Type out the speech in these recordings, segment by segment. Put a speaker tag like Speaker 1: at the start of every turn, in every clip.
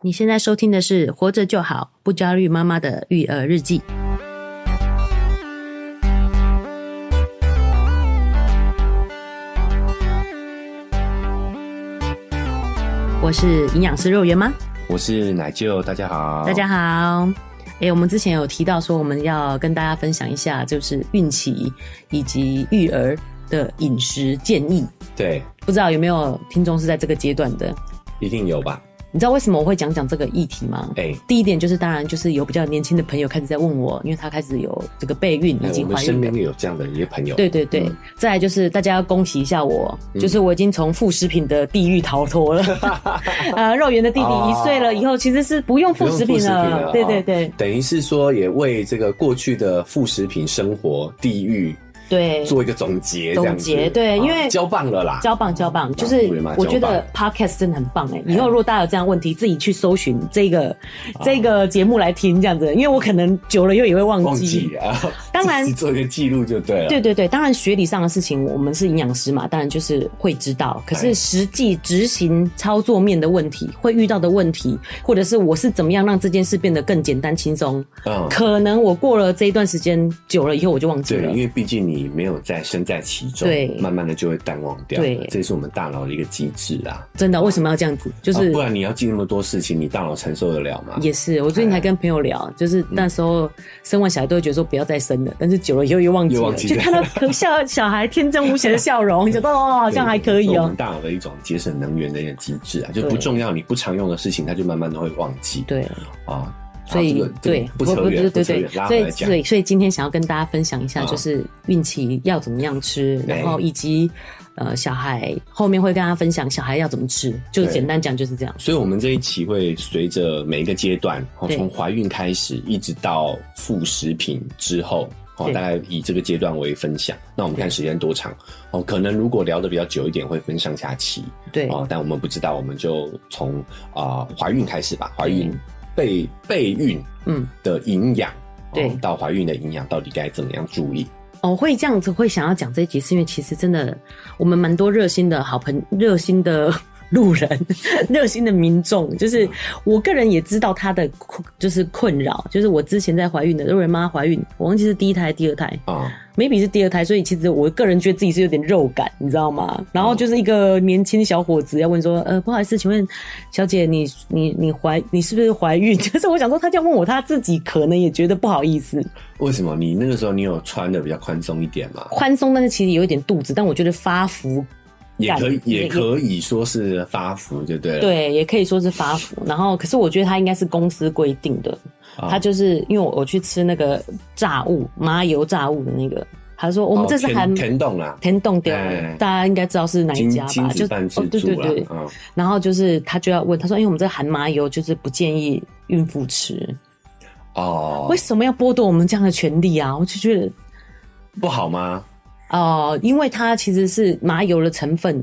Speaker 1: 你现在收听的是《活着就好，不焦虑妈妈的育儿日记》。我是营养师肉圆妈，
Speaker 2: 我是奶舅，大家好，
Speaker 1: 大家好。诶、我们之前有提到说，我们要跟大家分享一下，就是孕期以及育儿的饮食建议。
Speaker 2: 对，
Speaker 1: 不知道有没有听众是在这个阶段的？
Speaker 2: 一定有吧？
Speaker 1: 你知道为什么我会讲讲这个议题吗？
Speaker 2: 哎、
Speaker 1: 第一点就是，当然就是有比较年轻的朋友开始在问我，因为他开始有这个备孕，
Speaker 2: 哎
Speaker 1: 已
Speaker 2: 我
Speaker 1: 经
Speaker 2: 们
Speaker 1: 怀
Speaker 2: 身
Speaker 1: 孕
Speaker 2: 边
Speaker 1: 了。
Speaker 2: 有这样的一些朋友，
Speaker 1: 对对对，
Speaker 2: 嗯
Speaker 1: 再来就是大家要恭喜一下我，就是我已经从副食品的地狱逃脱 了。呃，肉圆的弟弟一岁了以后，其实是不用
Speaker 2: 啊不
Speaker 1: 副
Speaker 2: 用
Speaker 1: 食品
Speaker 2: 副食
Speaker 1: 了。
Speaker 2: 品了
Speaker 1: 对
Speaker 2: 啊
Speaker 1: 对对、
Speaker 2: 等于是说也为这个过去的副食品生活地狱
Speaker 1: 对，
Speaker 2: 做一个总结，
Speaker 1: 总
Speaker 2: 这样子啊
Speaker 1: 结对因为
Speaker 2: 交棒了啦，
Speaker 1: 交棒交棒，就是
Speaker 2: 对嘛
Speaker 1: 我觉
Speaker 2: 交棒
Speaker 1: 得 podcast 真的很棒哎、以后如果大家有这样的问题，自己去搜寻这个
Speaker 2: 啊
Speaker 1: 这个节目来听这样子，因为我可能久了又也会
Speaker 2: 忘记啊，
Speaker 1: 当然
Speaker 2: 自己做一个记录就对了，
Speaker 1: 对对对，当然学理上的事情，我们是营养师嘛，当然就是会知道。可是
Speaker 2: 对
Speaker 1: 实际执行操作面的问题，会遇到的问题，或者是我是怎么样让这件事变得更简单轻松，
Speaker 2: 嗯。
Speaker 1: 可能我过了这一段时间久了以后，我就忘记
Speaker 2: 对，
Speaker 1: 了
Speaker 2: 因。为毕竟你没有在身在其中，
Speaker 1: 对
Speaker 2: 慢慢的就会淡忘掉，
Speaker 1: 对
Speaker 2: 这是我们大脑的一个机制啦。
Speaker 1: 真的，为什么要这样子？就
Speaker 2: 啊
Speaker 1: 是、
Speaker 2: 不然你要记那么多事情，你大脑承受得了吗？
Speaker 1: 也是，我最近才跟朋友聊，
Speaker 2: 哎
Speaker 1: 就是那时候生完小孩都会觉得说不要再生了，但是久了以后又忘记
Speaker 2: 又
Speaker 1: 了，
Speaker 2: 忘记
Speaker 1: 就
Speaker 2: 了
Speaker 1: 看到可笑小孩天真无邪的笑 容，觉得哦好
Speaker 2: 好
Speaker 1: 像还可以
Speaker 2: 我
Speaker 1: 哦
Speaker 2: 们。大脑的一种节省能源的一个机制啊，就
Speaker 1: 对
Speaker 2: 不重要、你不常用的事情，它就慢慢都会忘记。
Speaker 1: 对，
Speaker 2: 啊，
Speaker 1: 所以、
Speaker 2: 好这个这个
Speaker 1: 对，
Speaker 2: 不扯
Speaker 1: 对
Speaker 2: 远，
Speaker 1: 对
Speaker 2: 扯
Speaker 1: 对，
Speaker 2: 远，
Speaker 1: 所
Speaker 2: 拉回
Speaker 1: 以
Speaker 2: 来讲
Speaker 1: 所。以所以今天想要跟大家分享一下，
Speaker 2: 嗯
Speaker 1: 就是孕期要怎么样吃，
Speaker 2: 对
Speaker 1: 然后以及呃小孩后面会跟大家分享小孩要怎么吃，就
Speaker 2: 对
Speaker 1: 简单讲就是这样。
Speaker 2: 所以，我们这一期会随着每一个阶段，哦，
Speaker 1: 对
Speaker 2: 从怀孕开始，一直到副食品之后，哦，
Speaker 1: 对
Speaker 2: 大概以这个阶段为分享。那我们看时间多长，哦，可能如果聊得比较久一点，会分上下期，
Speaker 1: 对，
Speaker 2: 哦，但我们不知道，我们就从啊怀、孕开始吧，怀孕
Speaker 1: 对
Speaker 2: 备备孕
Speaker 1: 嗯，
Speaker 2: 的营养，哦
Speaker 1: 对
Speaker 2: 到怀孕的营养到底该怎么样注意？
Speaker 1: 哦，会这样子会想要讲这一集，是因为其实真的我们蛮多热心的好朋热心的。路人， 热心的民众，就是我个人也知道他的困，就是困扰，就是我之前在怀孕的，肉人妈怀孕，我忘记是第一胎还是第二胎，
Speaker 2: 啊、
Speaker 1: maybe 是第二胎，所以其实我个人觉得自己是有点肉感，你知道吗？然后就是一个年轻小伙子要问说，呃，不好意思，请问小姐你你你怀你是不是怀孕？ 就是我想说他这样问我，他自己可能也觉得不好意思，
Speaker 2: 为什么你那个时候你有穿的比较宽松一点吗？
Speaker 1: 宽松，但是其实有一点肚子，但我觉得发福。
Speaker 2: 也可以，
Speaker 1: 也
Speaker 2: 也可以说是发福，就对了。，
Speaker 1: 对，也可以说是发福。然后，可是我觉得他应该是公司规定的，
Speaker 2: 啊
Speaker 1: 他就是因为我我去吃那个炸物麻油炸物的那个，他说我们这是
Speaker 2: 哦
Speaker 1: 还
Speaker 2: 甜甜洞啦，
Speaker 1: 甜冻掉
Speaker 2: 哎，
Speaker 1: 大家应该知道是哪一
Speaker 2: 金
Speaker 1: 家
Speaker 2: 金
Speaker 1: 吧？
Speaker 2: 子
Speaker 1: 就
Speaker 2: 半
Speaker 1: 哦
Speaker 2: 自，
Speaker 1: 对对
Speaker 2: 助啦
Speaker 1: 对，，
Speaker 2: 啊，
Speaker 1: 然后就是他就要问，他说：“哎因为我们这含麻油就是不建议孕妇吃，
Speaker 2: 哦
Speaker 1: 为，什么要剥夺我们这样的权利啊？”我就觉得，
Speaker 2: 不好吗？
Speaker 1: 哦、因为它其实是麻油的成分，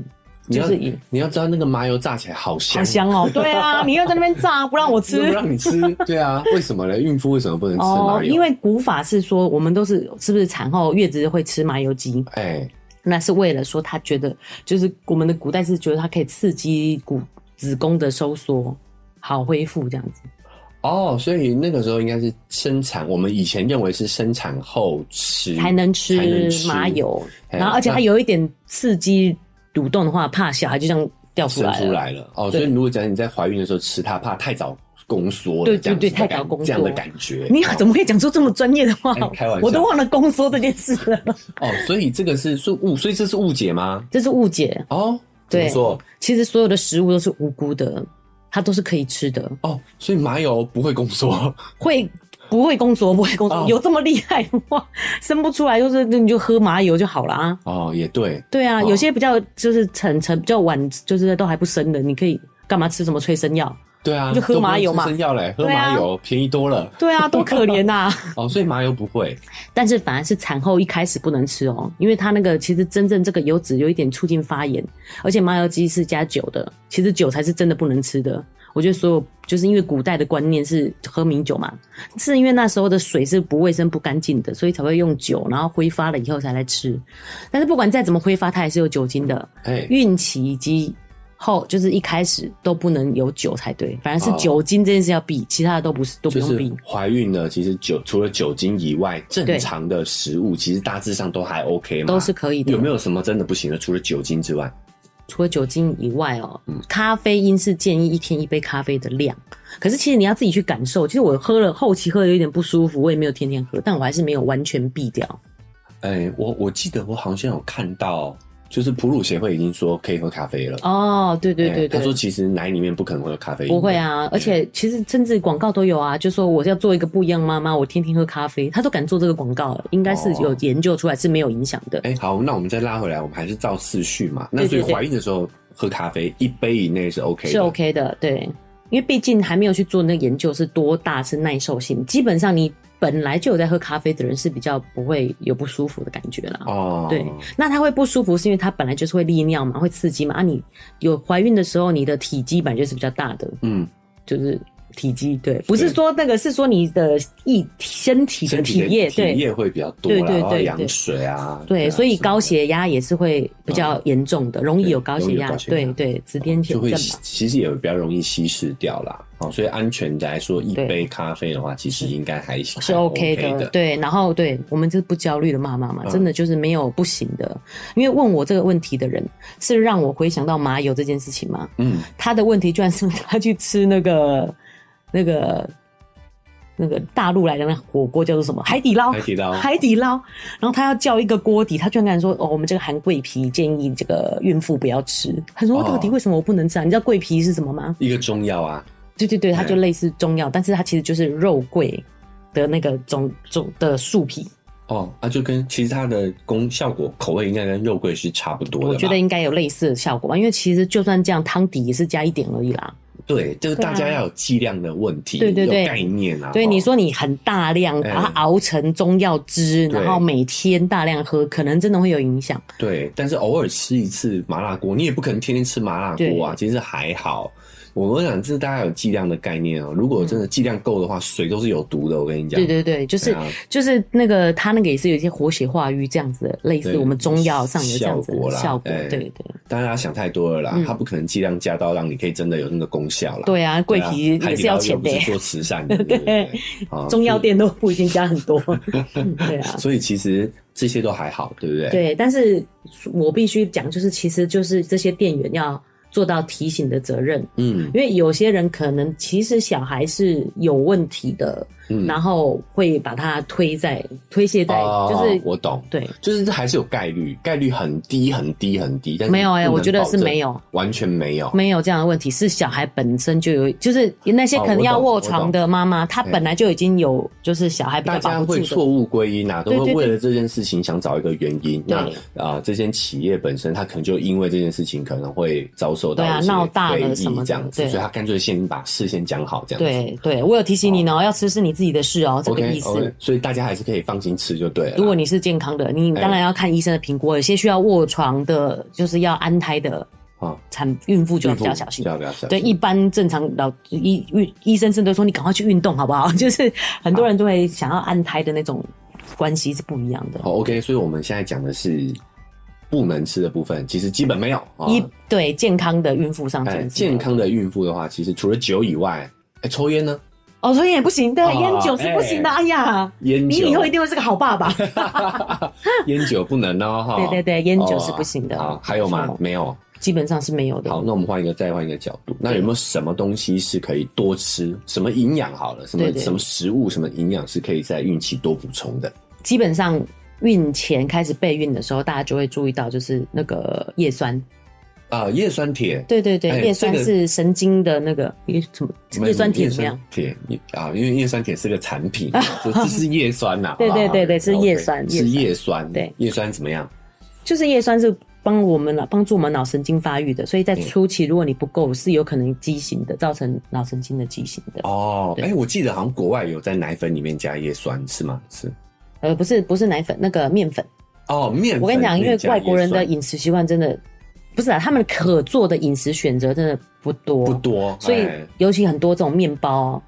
Speaker 2: 你
Speaker 1: 就
Speaker 2: 要
Speaker 1: 是以
Speaker 2: 你要知道那个麻油炸起来好香，
Speaker 1: 好香哦、对 啊，你又在那边炸，不让我
Speaker 2: 又不
Speaker 1: 吃。
Speaker 2: 让你 吃，对啊，为什么呢？孕妇为什么不能吃
Speaker 1: 哦
Speaker 2: 麻，油？
Speaker 1: 因为古法是说，我们都是是不是产后月子会吃麻油鸡？
Speaker 2: 哎，
Speaker 1: 那是为了说他觉得，就是我们的古代是觉得它可以刺激骨子宫的收缩，好恢复这样子。
Speaker 2: 哦，所以那个时候应该是生产，我们以前认为是生产后吃
Speaker 1: 才能吃
Speaker 2: 才能吃
Speaker 1: 麻油，
Speaker 2: 哎
Speaker 1: 然后而且它
Speaker 2: 那
Speaker 1: 有一点刺激蠕动的话，怕小孩就这样掉出
Speaker 2: 生
Speaker 1: 来
Speaker 2: 出
Speaker 1: 了。
Speaker 2: 来了。哦，
Speaker 1: 对
Speaker 2: 所以如果讲你在怀孕的时候吃它，怕太早宫缩了，
Speaker 1: 对对
Speaker 2: 这样子
Speaker 1: 对
Speaker 2: 的
Speaker 1: 太
Speaker 2: 感
Speaker 1: 早宫缩
Speaker 2: 这样的感觉。
Speaker 1: 你
Speaker 2: 哦
Speaker 1: 怎么可以讲出这么专业的话
Speaker 2: 哎？开玩笑
Speaker 1: 我都忘了宫缩这件事了，
Speaker 2: 哦，所以这个是是误，所以这是误解吗？
Speaker 1: 这是误解。
Speaker 2: 哦，怎
Speaker 1: 对
Speaker 2: 么说？
Speaker 1: 其实所有的食物都是无辜的，它都是可以吃的，
Speaker 2: 哦，所以麻油不会宫缩，
Speaker 1: 会。不会宫缩，不会宫缩，
Speaker 2: 哦
Speaker 1: 有这么厉害的话，生不出来就是那你就喝麻油就好了啊。
Speaker 2: 哦，也对，
Speaker 1: 对啊，
Speaker 2: 哦
Speaker 1: 有些比较就是成成比较晚，就是都还不生的，你可以干嘛吃什么催生药？
Speaker 2: 对啊，
Speaker 1: 就喝麻油嘛
Speaker 2: 都不用吃生药嘞，喝
Speaker 1: 对啊
Speaker 2: 麻油便宜多了。
Speaker 1: 对啊，多可怜呐、
Speaker 2: 哦，所以麻油 不会
Speaker 1: 但是反而是产后一开始不能吃哦，因为它那个其实真正这个油脂有一点促进发炎，而且麻油鸡是加酒的，其实酒才是真的不能吃的。我觉得所有就是因为古代的观念是喝米酒嘛，是因为那时候的水是不卫生、不干净的，所以才会用酒，然后挥发了以后才来吃。但是不管再怎么挥发，它还是有酒精的。
Speaker 2: 哎。
Speaker 1: 孕期以及后就是一开始都不能有酒才对，反正是
Speaker 2: 哦
Speaker 1: 酒精这件事要避，其他的都不是都不
Speaker 2: 就
Speaker 1: 用避。
Speaker 2: 是怀孕了，其实酒除了酒精以外，正常的食物其实大致上都还 OK 嘛，
Speaker 1: 都是可以的
Speaker 2: 有没有什么真的不行的？除了酒精之外，
Speaker 1: 除了酒精以外哦，咖啡因是建议一天一杯咖啡的量。可是其实你要自己去感受。其实我喝了后期喝的有点不舒服，我也没有天天喝，但我还是没有完全避掉。
Speaker 2: 哎、我我记得我好像有看到，就是哺乳协会已经说可以喝咖啡了。
Speaker 1: 哦，对对
Speaker 2: 哎
Speaker 1: 对对，
Speaker 2: 他说哎其实奶里面不可能会有咖啡因，
Speaker 1: 不会，啊，而且其实甚至广告都有啊，就说我要做一个不一样妈妈，我天天喝咖啡，他都敢做这个广告了，应该是有研究出来是没有影响的。
Speaker 2: 哦哎、好，那我们再拉回来，我们还是照次序嘛。那
Speaker 1: 对
Speaker 2: 所以
Speaker 1: 对对
Speaker 2: 怀孕的时候喝咖啡一杯以内是 OK 的，
Speaker 1: 是 OK 的，对，因为毕竟还没有去做那个研究是多大是耐受性，基本上你本来就有在喝咖啡的人是比较不会有不舒服的感觉啦。
Speaker 2: 哦。
Speaker 1: 对，那他会不舒服，是因为他本来就是会利尿嘛，会刺激嘛。啊，你有怀孕的时候，你的体积本来就是比较大的，
Speaker 2: 嗯，
Speaker 1: 就是体积对，不是说那个，是说你的一身体的
Speaker 2: 身体
Speaker 1: 体
Speaker 2: 的
Speaker 1: 液
Speaker 2: 体
Speaker 1: 对
Speaker 2: 液会比较多啦，
Speaker 1: 对对
Speaker 2: 然后
Speaker 1: 对
Speaker 2: 羊
Speaker 1: 对
Speaker 2: 水啊，
Speaker 1: 对，
Speaker 2: 啊
Speaker 1: 所以高
Speaker 2: 什么的
Speaker 1: 血压也是会比较严重的，容易有高血
Speaker 2: 容易有
Speaker 1: 压
Speaker 2: 高，血
Speaker 1: 对
Speaker 2: 压哦
Speaker 1: 对，紫癜
Speaker 2: 就
Speaker 1: 症
Speaker 2: 会
Speaker 1: 嘛。
Speaker 2: 其实也比较容易稀释掉啦。哦，所以安全来说，一
Speaker 1: 对
Speaker 2: 杯咖啡的话，其实应该还是
Speaker 1: 是
Speaker 2: 还
Speaker 1: OK 的，
Speaker 2: 的。
Speaker 1: 对。然后对我们就是不焦虑的妈妈嘛，
Speaker 2: 嗯
Speaker 1: 真的就是没有不行的。因为问我这个问题的人，是让我回想到麻油这件事情嘛。
Speaker 2: 嗯，
Speaker 1: 他的问题居然是他去吃那个那个那个大陆来的那火锅叫做什么海底捞，
Speaker 2: 海底捞
Speaker 1: 海底捞。然后他要叫一个锅底，他居然敢说哦，我们这个含桂皮建议这个孕妇不要吃。他说、
Speaker 2: 哦
Speaker 1: 到底为什么我不能吃啊？你知道桂皮是什么吗？
Speaker 2: 一个中药啊，
Speaker 1: 对对对，它就
Speaker 2: 嗯
Speaker 1: 类似中药，但是它其实就是肉桂的那个种种的树皮。
Speaker 2: 哦，啊，就跟其实它的功效果口味应该跟肉桂是差不多的吧。
Speaker 1: 我觉得应该有类似的效果吧，因为其实就算这样，汤底也是加一点而已啦。
Speaker 2: 对，就是
Speaker 1: 对啊
Speaker 2: 大家要有剂量的问题，
Speaker 1: 对对对
Speaker 2: 有概念啊。
Speaker 1: 对，
Speaker 2: 哦
Speaker 1: 你说你很大量
Speaker 2: 哎
Speaker 1: 把它熬成中药汁，
Speaker 2: 对
Speaker 1: 然后每天大量喝，可能真的会有影响。
Speaker 2: 对，但是偶尔吃一次麻辣锅，你也不可能天天吃麻辣锅啊。其实还好，我我想这大家有剂量的概念哦。如果真的剂量够的话，水都是有毒的。我跟你讲，
Speaker 1: 嗯对对对，就是、
Speaker 2: 对啊
Speaker 1: 就是那个他那个也是有一些活血化瘀这样子的，类似
Speaker 2: 对
Speaker 1: 我们中药上有这样子
Speaker 2: 效果
Speaker 1: 的
Speaker 2: 啦
Speaker 1: 效果。
Speaker 2: 哎
Speaker 1: 对对
Speaker 2: 大家想太多了啦，
Speaker 1: 嗯
Speaker 2: 它不可能剂量加到让你可以真的有那个功效啦。
Speaker 1: 对啊，桂
Speaker 2: 啊，
Speaker 1: 皮
Speaker 2: 海
Speaker 1: 也
Speaker 2: 底
Speaker 1: 是要
Speaker 2: 捞又
Speaker 1: 钱
Speaker 2: 不
Speaker 1: 的
Speaker 2: 是
Speaker 1: 耶，
Speaker 2: 做慈善的，对不 对？啊
Speaker 1: 中药，店都不一定加很 多。嗯对啊
Speaker 2: 所以。所以其实这些都还好， 对不对？。
Speaker 1: 对，但是我必须讲，就是其实就是这些店员要做到提醒的责任，
Speaker 2: 嗯，
Speaker 1: 因为有些人可能其实小孩是有问题的，
Speaker 2: 嗯
Speaker 1: 然后会把它推在推卸在，
Speaker 2: 哦
Speaker 1: 就是
Speaker 2: 我懂，
Speaker 1: 对
Speaker 2: 就是这还是有概率，概率很低很低很低，但是
Speaker 1: 没有哎
Speaker 2: 不能
Speaker 1: 我觉得是
Speaker 2: 保证
Speaker 1: 没有，
Speaker 2: 完全没有。
Speaker 1: 没有这样的问题，是小孩本身就有，就是那些可能要
Speaker 2: 哦
Speaker 1: 卧
Speaker 2: 我懂
Speaker 1: 床的妈妈，她本来就已经有就是小孩比
Speaker 2: 大
Speaker 1: 较
Speaker 2: 家
Speaker 1: 保不
Speaker 2: 会
Speaker 1: 住的。
Speaker 2: 错误归因啊，都
Speaker 1: 对
Speaker 2: 会
Speaker 1: 对
Speaker 2: 为了这件事情想找一个原因。
Speaker 1: 对
Speaker 2: 那啊、这些企业本身，它可能就因为这件事情可能会遭受到
Speaker 1: 对啊
Speaker 2: 一些
Speaker 1: 闹大了
Speaker 2: 非议
Speaker 1: 什么的
Speaker 2: 这样子，
Speaker 1: 对
Speaker 2: 所以他干脆先把事先讲好这样子。
Speaker 1: 对对，我有提醒你呢，要吃是你自己的事哦，这个
Speaker 2: 哦 OK，
Speaker 1: 意思。
Speaker 2: OK，所以大家还是可以放心吃就对了啦。
Speaker 1: 如果你是健康的，你当然要看医生的评
Speaker 2: 哎
Speaker 1: 估。有些需要卧床的，就是要安胎的
Speaker 2: 啊，
Speaker 1: 产孕妇就要
Speaker 2: 孕
Speaker 1: 比
Speaker 2: 妇
Speaker 1: 较小心
Speaker 2: 就。要比较小心。
Speaker 1: 对，一般正常老医医医生甚至说你赶快去运动好不好？ 就是很多人都会想要安胎的那种关系是不一样的。
Speaker 2: 好 OK，所以我们现在讲的是不能吃的部分，其实基本没有啊。
Speaker 1: 一对健康的孕妇上
Speaker 2: 哎，
Speaker 1: 健
Speaker 2: 健康的孕妇的话，其实除了酒以外，哎，抽烟呢？
Speaker 1: 哦，所以也不行，对，
Speaker 2: 哦
Speaker 1: 烟酒是不行的。
Speaker 2: 哎
Speaker 1: 哎呀，
Speaker 2: 烟
Speaker 1: 你
Speaker 2: 酒，
Speaker 1: 以后一定会是个好爸 爸。
Speaker 2: 烟酒不能哦，哈。哦
Speaker 1: 对对对，烟酒是不行的。
Speaker 2: 好，还有吗
Speaker 1: 没？错
Speaker 2: 没有。
Speaker 1: 基本上是没有的。
Speaker 2: 好，那我们换一个，再换一个角度。那有没有什么东西是可以多吃？什么营养好了？什么
Speaker 1: 对对
Speaker 2: 什么食物？什么营养是可以在孕期多补充的？
Speaker 1: 基本上孕前开始备孕的时候，大家就会注意到，就是那个叶酸。
Speaker 2: 啊，叶酸铁。
Speaker 1: 对对对，
Speaker 2: 哎
Speaker 1: 叶酸
Speaker 2: 这个
Speaker 1: 是神经的那个叶什么叶酸铁
Speaker 2: 叶
Speaker 1: 怎么样？
Speaker 2: 铁啊，因为叶酸铁是个产品， 这这是叶酸呐。
Speaker 1: 对
Speaker 2: 好不好
Speaker 1: 对对对是
Speaker 2: OK，
Speaker 1: 叶酸
Speaker 2: 是叶
Speaker 1: 叶
Speaker 2: 酸。
Speaker 1: 对，
Speaker 2: 叶酸怎么样？
Speaker 1: 就是叶酸是帮我们脑帮助我们脑神经发育的，所以
Speaker 2: 嗯
Speaker 1: 在初期如果你不够，是有可能畸形的，造成脑神经的畸形的。
Speaker 2: 哦，
Speaker 1: 对
Speaker 2: 哎，我记得好像国外有在奶粉里面加叶酸，是吗？是。
Speaker 1: 呃，不是不是奶粉，那个面粉。
Speaker 2: 哦，面粉
Speaker 1: 我跟你讲，
Speaker 2: 里
Speaker 1: 因
Speaker 2: 面
Speaker 1: 为
Speaker 2: 加
Speaker 1: 外国人的
Speaker 2: 叶酸
Speaker 1: 饮食习惯真的不是啊，他们可做的饮食选择真的不多，
Speaker 2: 不多，
Speaker 1: 所以
Speaker 2: 哎
Speaker 1: 尤其很多这种面包。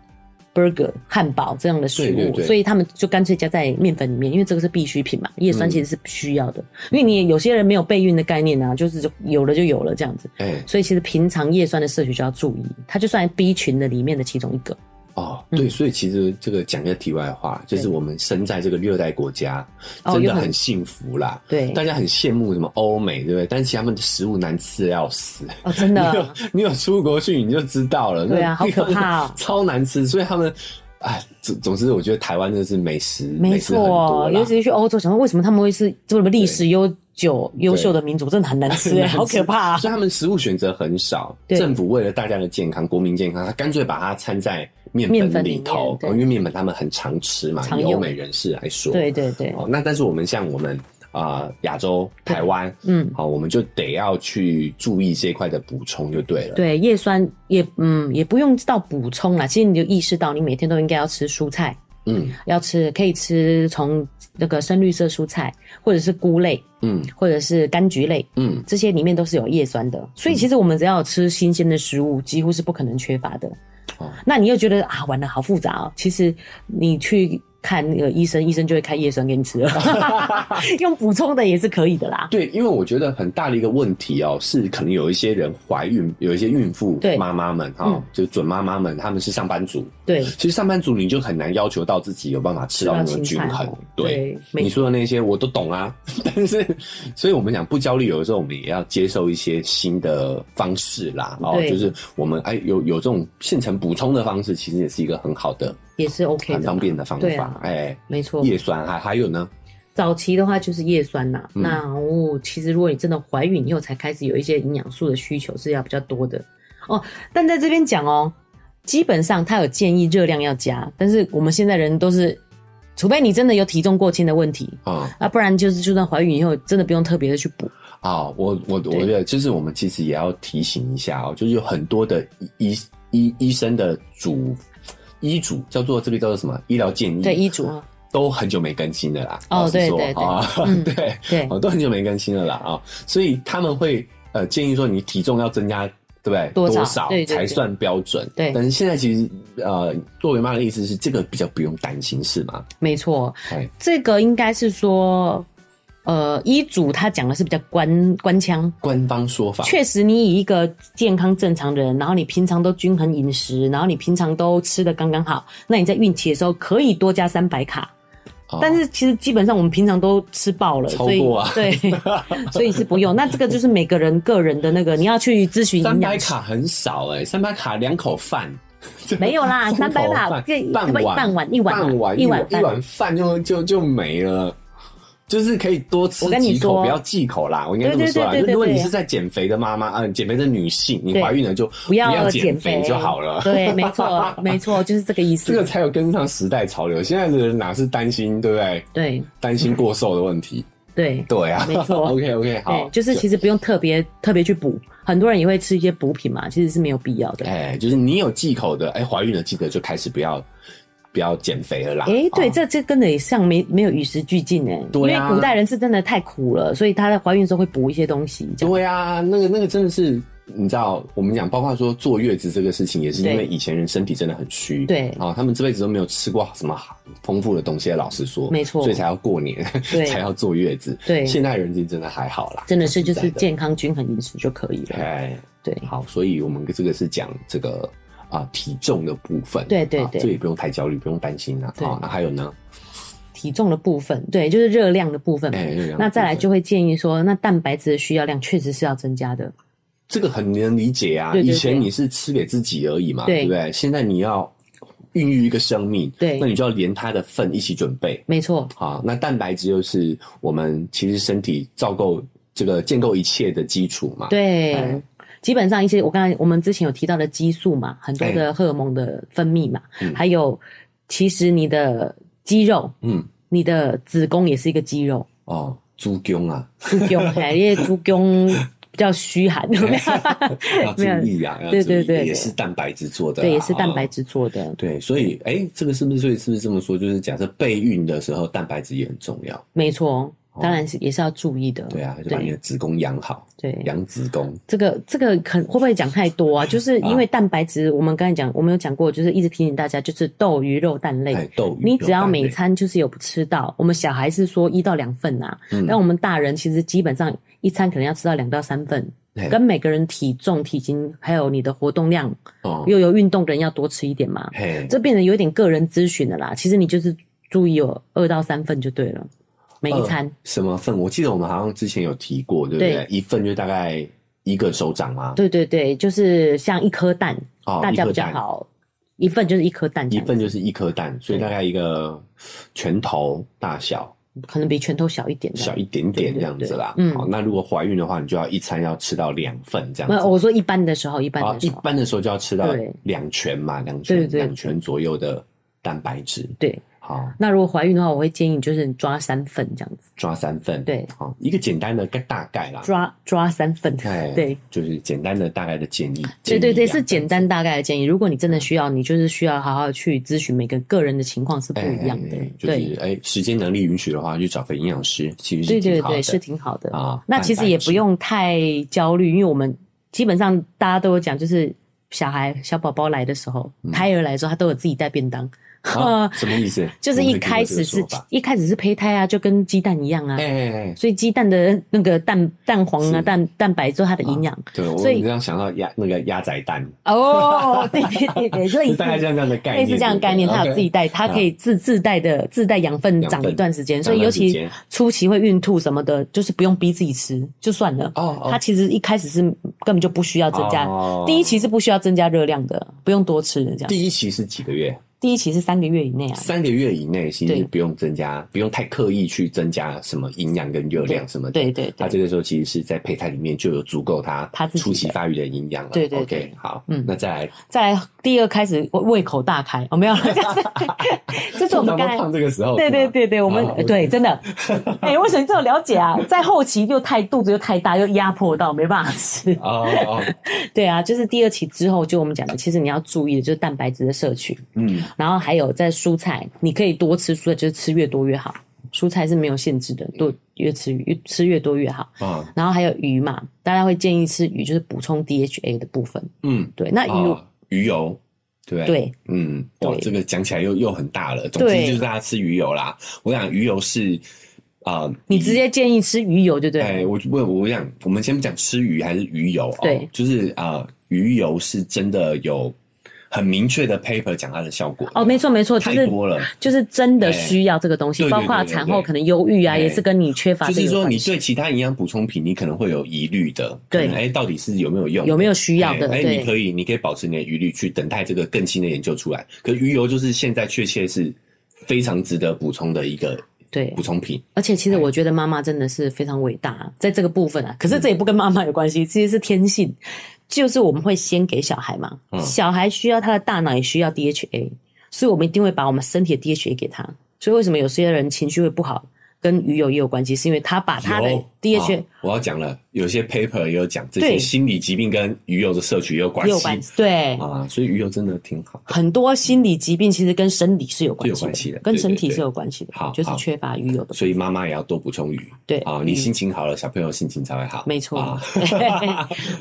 Speaker 1: burger 汉堡这样的食物，
Speaker 2: 对对对
Speaker 1: 所以他们就干脆加在面粉里面，因为这个是必需品嘛，叶酸
Speaker 2: 嗯
Speaker 1: 其实是需要的。因为你有些人没有备孕的概念啊，就是就有了就有了这样子，
Speaker 2: 哎、
Speaker 1: 所以其实平常叶酸的摄取就要注意，它就算 B 群的里面的其中一个。
Speaker 2: 哦，
Speaker 1: 嗯
Speaker 2: 对，所以其实这个讲个题外话，就是我们身在这个热带国家，
Speaker 1: 哦
Speaker 2: 真
Speaker 1: 又
Speaker 2: 的
Speaker 1: 很
Speaker 2: 很幸福啦。
Speaker 1: 对
Speaker 2: 大家很羡慕什么欧美，对不对？但其实他们的食物难吃得要死。
Speaker 1: 哦，真
Speaker 2: 你有
Speaker 1: 的，
Speaker 2: 你有出国去你就知道了。
Speaker 1: 对 啊
Speaker 2: 那
Speaker 1: 好可怕哦
Speaker 2: 超难吃。所以他们，哎，总总之，我觉得台湾真的是美食，
Speaker 1: 没
Speaker 2: 美食很多
Speaker 1: 错，
Speaker 2: 啦
Speaker 1: 尤其是去欧洲，想说为什么他们会是这么历史悠久、优秀的民族，真的很难吃、欸，好可怕、啊
Speaker 2: 所！以他们食物选择很少，
Speaker 1: 对
Speaker 2: 政府为了大家的健康、国民健康，他干脆把它掺在面
Speaker 1: 面粉
Speaker 2: 粉
Speaker 1: 里
Speaker 2: 里
Speaker 1: 面
Speaker 2: 头，
Speaker 1: 对
Speaker 2: 哦因为面粉他们很常吃嘛，
Speaker 1: 常
Speaker 2: 以欧
Speaker 1: 用
Speaker 2: 美人士来说，
Speaker 1: 对对对，
Speaker 2: 哦，那但是我们像我们啊，呃亚、洲、台湾，
Speaker 1: 嗯，
Speaker 2: 好、我们就得要去注意这一块的补充就对了。
Speaker 1: 对，叶酸也嗯也不用到补充啦，其实你就意识到你每天都应该要吃蔬菜，
Speaker 2: 嗯
Speaker 1: 要吃可以吃从那个深绿色蔬菜，或者是菇类，
Speaker 2: 嗯
Speaker 1: 或者是柑橘类，
Speaker 2: 嗯，
Speaker 1: 这些里面都是有叶酸的，所以其实我们只要有吃新鲜的食物，几乎是不可能缺乏的。
Speaker 2: 哦
Speaker 1: 那你又觉得啊，完了好复杂哦。其实你去看那个医生，医生就会开叶酸给你吃 了，用补充的也是可以的啦。
Speaker 2: 对，因为我觉得很大的一个问题哦，是可能有一些人怀孕，有一些孕妇
Speaker 1: 对
Speaker 2: 妈妈们哈、
Speaker 1: 嗯
Speaker 2: 就准妈妈们，她们是上班族，
Speaker 1: 对，
Speaker 2: 其实上班族你就很难要求到自己有办法吃啊到那
Speaker 1: 吃
Speaker 2: 么
Speaker 1: 到青
Speaker 2: 均
Speaker 1: 菜
Speaker 2: 衡
Speaker 1: 哦。
Speaker 2: 对
Speaker 1: 对，没
Speaker 2: 你说的那些我都懂啊， 但是，所以我们讲不焦虑，有的时候我们也要接受一些新的方式啦。哦，
Speaker 1: 对
Speaker 2: 就是我们哎有有这种现成补充的方式，其实也是一个很好的、
Speaker 1: 也是 OK
Speaker 2: 很
Speaker 1: 的
Speaker 2: 方
Speaker 1: 啦。
Speaker 2: 便的方
Speaker 1: 对
Speaker 2: 法
Speaker 1: 啊。
Speaker 2: 哎，
Speaker 1: 没错，
Speaker 2: 叶酸还还有呢，
Speaker 1: 早期的话就是叶酸呐、
Speaker 2: 嗯
Speaker 1: 那哦，其实如果你真的怀孕以后才开始有一些营养素的需求是要比较多的哦。但在这边讲哦，基本上它有建议热量要加，但是我们现在人都是，除非你真的有体重过轻的问题
Speaker 2: 啊、
Speaker 1: 啊，不然就是就算怀孕以后真的不用特别的去补。
Speaker 2: 啊、我我我
Speaker 1: 对
Speaker 2: 觉得，就是我们其实也要提醒一下哦，就是有很多的医医医生的主医嘱叫做这边叫做什么医疗建议，
Speaker 1: 对，医嘱啊，
Speaker 2: 都很久没更新了啦。
Speaker 1: 哦
Speaker 2: 老实
Speaker 1: 对
Speaker 2: 说
Speaker 1: 对对
Speaker 2: 啊，
Speaker 1: 嗯
Speaker 2: 对，
Speaker 1: 对
Speaker 2: 哦，都很久没更新了啦啊、所以他们会呃建议说你体重要增加。对不对？
Speaker 1: 多少对对对
Speaker 2: 才算标准？
Speaker 1: 对
Speaker 2: 但是现在其实，呃，作为妈的意思是，这个比较不用担心，是吗？
Speaker 1: 没错，
Speaker 2: 哎，
Speaker 1: 这个应该是说，呃，医嘱它讲的是比较官官腔，
Speaker 2: 官方说法，
Speaker 1: 确实，你以一个健康正常的人，然后你平常都均衡饮食，然后你平常都吃的刚刚好，那你在孕期的时候可以多加三百卡。
Speaker 2: 哦
Speaker 1: 但是其实基本上我们平常都吃爆了，
Speaker 2: 超
Speaker 1: 所以
Speaker 2: 过啊
Speaker 1: 对， 所以是不用。那这个就是每个人个人的那个，你要去咨询
Speaker 2: 三
Speaker 1: 营养
Speaker 2: 百
Speaker 1: 师。
Speaker 2: 卡很少哎、三百卡两口饭，
Speaker 1: 没有啦，三百卡
Speaker 2: 饭
Speaker 1: 这
Speaker 2: 半
Speaker 1: 不
Speaker 2: 碗
Speaker 1: 半碗一碗啊
Speaker 2: 半碗
Speaker 1: 一
Speaker 2: 碗
Speaker 1: 碗
Speaker 2: 一
Speaker 1: 饭
Speaker 2: 碗饭就就就没了。就是可以多吃
Speaker 1: 我跟你
Speaker 2: 几口，
Speaker 1: 说
Speaker 2: 不要忌口啦。我应该这么说啦。
Speaker 1: 对对对对
Speaker 2: 就如果
Speaker 1: 对
Speaker 2: 你
Speaker 1: 对
Speaker 2: 是在减肥的妈妈，嗯，减肥的女性，你
Speaker 1: 对
Speaker 2: 怀孕了就
Speaker 1: 不要
Speaker 2: 减
Speaker 1: 减
Speaker 2: 就好了。
Speaker 1: 对，没错，没错，就是这个意
Speaker 2: 这个
Speaker 1: 思。
Speaker 2: 才有跟上时代潮流。现在的人哪是担心，对不对？
Speaker 1: 对
Speaker 2: 担心过瘦的问题。
Speaker 1: 对
Speaker 2: 对啊，
Speaker 1: 没错
Speaker 2: OK OK，好
Speaker 1: 对，，就是其实不用特别特别去补，很多人也会吃一些补品嘛，其实是没有必要的。
Speaker 2: 哎，就是你有忌口的，哎，怀孕了记得就开始不要不要减肥了啦。
Speaker 1: 诶，对，
Speaker 2: 啊
Speaker 1: 这这跟的也像没没有与时俱进哎、
Speaker 2: 对啊
Speaker 1: 因为古代人是真的太苦了，所以她在怀孕的时候会补一些东西，这样
Speaker 2: 对啊，那个那个真的是，你知道，我们讲包括说坐月子这个事情，也是因为
Speaker 1: 对
Speaker 2: 以前人身体真的很虚，
Speaker 1: 对
Speaker 2: 啊，他们这辈子都没有吃过什么好丰富的东西，老实说，
Speaker 1: 没错
Speaker 2: 所以才要过年，
Speaker 1: 对
Speaker 2: 才要坐月子，
Speaker 1: 对
Speaker 2: 现代人其实真的还好啦，
Speaker 1: 真的是就是
Speaker 2: 现在的
Speaker 1: 健康均衡饮食就可以了。
Speaker 2: 哎，
Speaker 1: 对，
Speaker 2: 好，所以我们这个是讲这个。啊，体重的部分，
Speaker 1: 对对
Speaker 2: 啊
Speaker 1: 对
Speaker 2: 这也不用太焦虑，不用担心啦。
Speaker 1: 对
Speaker 2: 啊，那还有呢？
Speaker 1: 体重的部分，对，就是热量的部分嘛。
Speaker 2: 哎，热量
Speaker 1: 那再来
Speaker 2: 部分
Speaker 1: 就会建议说，那蛋白质的需要量确实是要增加的，
Speaker 2: 这个很能理解啊。
Speaker 1: 对对对
Speaker 2: 以前你是吃给自己而已嘛，
Speaker 1: 对
Speaker 2: 对不对？现在你要孕育一个生命，
Speaker 1: 对
Speaker 2: 那你就要连它的份一起准备
Speaker 1: 没错，
Speaker 2: 啊。那蛋白质又是我们其实身体造构这个建构一切的基础嘛。，
Speaker 1: 对。
Speaker 2: 哎
Speaker 1: 基本上一些我刚才我们之前有提到的激素嘛，很多的荷尔蒙的分泌嘛，
Speaker 2: 哎嗯
Speaker 1: 还有其实你的肌肉，
Speaker 2: 嗯，
Speaker 1: 你的子宫也是一个肌肉，
Speaker 2: 哦，猪 胸啊，
Speaker 1: 猪胸，哎，因为猪胸比较虚寒，有没有
Speaker 2: 要注意啊，要注
Speaker 1: 对
Speaker 2: 意
Speaker 1: 对对对
Speaker 2: 也是蛋白质做 的啊、
Speaker 1: 对，也是蛋白
Speaker 2: 啊。
Speaker 1: 质做的，
Speaker 2: 对，所以，哎，这个是不是所以是不是这么说？就是假设备孕的时候，蛋白质也很重要。
Speaker 1: 没错。当然是也是要注意的。
Speaker 2: 对啊，就把你的子宫养好，
Speaker 1: 对，
Speaker 2: 养子宫。
Speaker 1: 这个这个可会不会讲太多 啊？就是因为蛋白质，我们刚才讲，我们有讲过，就是一直提醒大家，就是豆、鱼、肉、蛋类。
Speaker 2: 哎，豆鱼
Speaker 1: 你只要每
Speaker 2: 肉蛋类
Speaker 1: 餐就是有吃到，我们小孩是说一到两份呐、
Speaker 2: 嗯
Speaker 1: 但我们大人其实基本上一餐可能要吃到两到三份，
Speaker 2: 哎
Speaker 1: 跟每个人体重、体型还有你的活动量，
Speaker 2: 哦，
Speaker 1: 又有运动的人要多吃一点嘛。
Speaker 2: 嘿，
Speaker 1: 这变得有点个人咨询的啦。其实你就是注意有二到三份就对了，每一餐。
Speaker 2: 呃什么份？我记得我们好像之前有提过，对不对？
Speaker 1: 对
Speaker 2: 一份就大概一个手掌嘛。
Speaker 1: 对对对，就是像一颗蛋，
Speaker 2: 哦，
Speaker 1: 大家
Speaker 2: 一
Speaker 1: 比
Speaker 2: 颗
Speaker 1: 较
Speaker 2: 蛋，
Speaker 1: 好，一份就是一颗蛋这
Speaker 2: 一
Speaker 1: 样子，
Speaker 2: 份就是一颗蛋，所以
Speaker 1: 对
Speaker 2: 大概一个拳头大小，
Speaker 1: 可能比拳头小一点的。
Speaker 2: 小一点
Speaker 1: 对
Speaker 2: 点
Speaker 1: 对
Speaker 2: 这样子啦。哦
Speaker 1: 对嗯
Speaker 2: 好，那如果怀孕的话，你就要一餐要吃到两份这样
Speaker 1: 没
Speaker 2: 子。
Speaker 1: 有，我说一般的时候，一般
Speaker 2: 啊，
Speaker 1: 的
Speaker 2: 一
Speaker 1: 时候，
Speaker 2: 般的时候就要吃到
Speaker 1: 对
Speaker 2: 两拳嘛，两
Speaker 1: 对
Speaker 2: 拳
Speaker 1: 对
Speaker 2: 两拳左右的蛋白质。哦
Speaker 1: 对。
Speaker 2: 好，
Speaker 1: 那如果怀孕的话，我会建议你就是你抓三份这样子，
Speaker 2: 抓三份。
Speaker 1: 对
Speaker 2: 好，一个简单的概大概啦。
Speaker 1: 抓抓三份，
Speaker 2: 哎，
Speaker 1: 对。，
Speaker 2: 就是简单的大概的建议。
Speaker 1: 对对对，
Speaker 2: 建议啊
Speaker 1: 是简单大概的建议。如果你真的需要，你就是需要好好去咨询每个个人的情况是不一样的
Speaker 2: 哎哎哎。就
Speaker 1: 对
Speaker 2: 是哎，时间能力允许的话，去找个营养师，其实
Speaker 1: 对
Speaker 2: 是
Speaker 1: 对
Speaker 2: 挺好的
Speaker 1: 对，是挺好的。
Speaker 2: 啊。
Speaker 1: 那其实也不用太焦虑，因为我们基本上大家都有讲，就是小孩小宝宝来的时候，胎儿来的时候，他都有自己带便当，
Speaker 2: 蛋白质嗯啊什么意思？
Speaker 1: 就是一开始
Speaker 2: 我
Speaker 1: 是
Speaker 2: 没听过这个说法
Speaker 1: 一开始是胚胎啊，就跟鸡蛋一样啊，
Speaker 2: 哎哎哎，
Speaker 1: 所以鸡蛋的那个蛋蛋黄啊、
Speaker 2: 是
Speaker 1: 蛋蛋白就是它的营养。
Speaker 2: 对我
Speaker 1: 所以
Speaker 2: 这样想到鸭那个鸭仔蛋，
Speaker 1: 哦，对对对 对，类
Speaker 2: 就
Speaker 1: 似
Speaker 2: 啊大概这样这样的概念，
Speaker 1: 类似这样的概念，
Speaker 2: 对不对
Speaker 1: 它有自己
Speaker 2: OK
Speaker 1: 带，它可以自自带的自带养分
Speaker 2: 养分
Speaker 1: 长一段时间，所以
Speaker 2: 长
Speaker 1: 尤
Speaker 2: 一段时
Speaker 1: 其
Speaker 2: 间
Speaker 1: 初期会孕吐什么的，就是不用逼自己吃就算了。
Speaker 2: 哦哦
Speaker 1: 它其实一开始是根本就不需要增加
Speaker 2: 哦，
Speaker 1: 第一期是不需要增加热量的，不用多吃这样。
Speaker 2: 第一期是几个月？
Speaker 1: 第一期是三个月以内啊，
Speaker 2: 三个月以内，其
Speaker 1: 对
Speaker 2: 实不用增加，不用太刻意去增加什么营养跟热量什么的。
Speaker 1: 对对
Speaker 2: 它
Speaker 1: 对
Speaker 2: 这个时候其实是在胚胎里面就有足够它
Speaker 1: 它自己的
Speaker 2: 初期发育的营养了。
Speaker 1: 对对
Speaker 2: o
Speaker 1: 对
Speaker 2: k 好，
Speaker 1: 嗯
Speaker 2: 那再来，
Speaker 1: 再来第二开始胃口大开，哦没有了， 就是这是我们刚
Speaker 2: 通常
Speaker 1: 才
Speaker 2: 都胖这个时候，
Speaker 1: 对对
Speaker 2: 是吗，
Speaker 1: 对对，我们
Speaker 2: 啊，OK
Speaker 1: 对真的， 哎、为什么你这么了解啊？在后期又太肚子又太大，又压迫到没办法 吃。
Speaker 2: 哦哦，
Speaker 1: 对啊，就是第二期之后，就我们讲的，其实你要注意的就是蛋白质的摄取，
Speaker 2: 嗯，
Speaker 1: 然后还有在蔬菜，你可以多吃蔬菜，就是吃越多越好。蔬菜是没有限制的，多越吃越吃越多越好。
Speaker 2: 啊，
Speaker 1: 然后还有鱼嘛，大家会建议吃鱼，就是补充 DHA 的部分。
Speaker 2: 嗯，
Speaker 1: 对，那鱼、
Speaker 2: 哦鱼油，对不对？
Speaker 1: 对
Speaker 2: 嗯，哇
Speaker 1: 对，
Speaker 2: 这个讲起来又又很大了。总
Speaker 1: 对
Speaker 2: 之就是大家吃鱼油啦。我想鱼油是啊、呃
Speaker 1: 你直接建议吃鱼油，对不对？
Speaker 2: 哎，我我我想，我们先不讲吃鱼还是鱼油哦，
Speaker 1: 对
Speaker 2: 就是啊、呃鱼油是真的有很明确的 paper 讲它的效果
Speaker 1: 哦，没错没错，就
Speaker 2: 太
Speaker 1: 是
Speaker 2: 多了。
Speaker 1: 就是真的需要这个东西，
Speaker 2: 哎对
Speaker 1: 包括
Speaker 2: 对对对
Speaker 1: 产
Speaker 2: 对
Speaker 1: 后可能忧郁啊，
Speaker 2: 哎
Speaker 1: 也是跟你缺乏
Speaker 2: 就
Speaker 1: 这个
Speaker 2: 是
Speaker 1: 有
Speaker 2: 说，你
Speaker 1: 关系，
Speaker 2: 对其他营养补充品，你可能会有疑虑的。
Speaker 1: 对
Speaker 2: 可能哎，到底是有没有用的？
Speaker 1: 有没有需要的？
Speaker 2: 哎，哎你
Speaker 1: 对
Speaker 2: 可以，你可以保持你的疑虑，去等待这个更新的研究出来。可鱼油就是现在确切是非常值得补充的一个
Speaker 1: 对
Speaker 2: 补，充品。
Speaker 1: 而且其实我觉得妈妈真的是非常伟大，在这个部分啊，可是这也不跟妈妈有关系，其实是天性，就是我们会先给小孩嘛，
Speaker 2: 嗯
Speaker 1: 小孩需要他的大脑也需要 DHA，所以我们一定会把我们身体的 DHA 给他。所以为什么有些人情绪会不好，跟鱼油也有关系，是因为他把他的
Speaker 2: 有
Speaker 1: DHA
Speaker 2: 啊我要讲了，有些 paper 也有讲这
Speaker 1: 对
Speaker 2: 些心理疾病跟鱼油的摄取也有关
Speaker 1: 也
Speaker 2: 系
Speaker 1: 有关系，对。
Speaker 2: 啊，所以鱼油真的挺好。
Speaker 1: 很多心理疾病其实跟生理是有关系的，
Speaker 2: 是有关系的
Speaker 1: 跟
Speaker 2: 对
Speaker 1: 身体
Speaker 2: 对对
Speaker 1: 是有关系的。
Speaker 2: 好
Speaker 1: 就是
Speaker 2: 好
Speaker 1: 缺乏鱼油的。
Speaker 2: 所以妈妈也要多补充鱼。
Speaker 1: 对
Speaker 2: 啊，
Speaker 1: 嗯
Speaker 2: 你心情好了，小朋友心情才会好。
Speaker 1: 没错
Speaker 2: 啊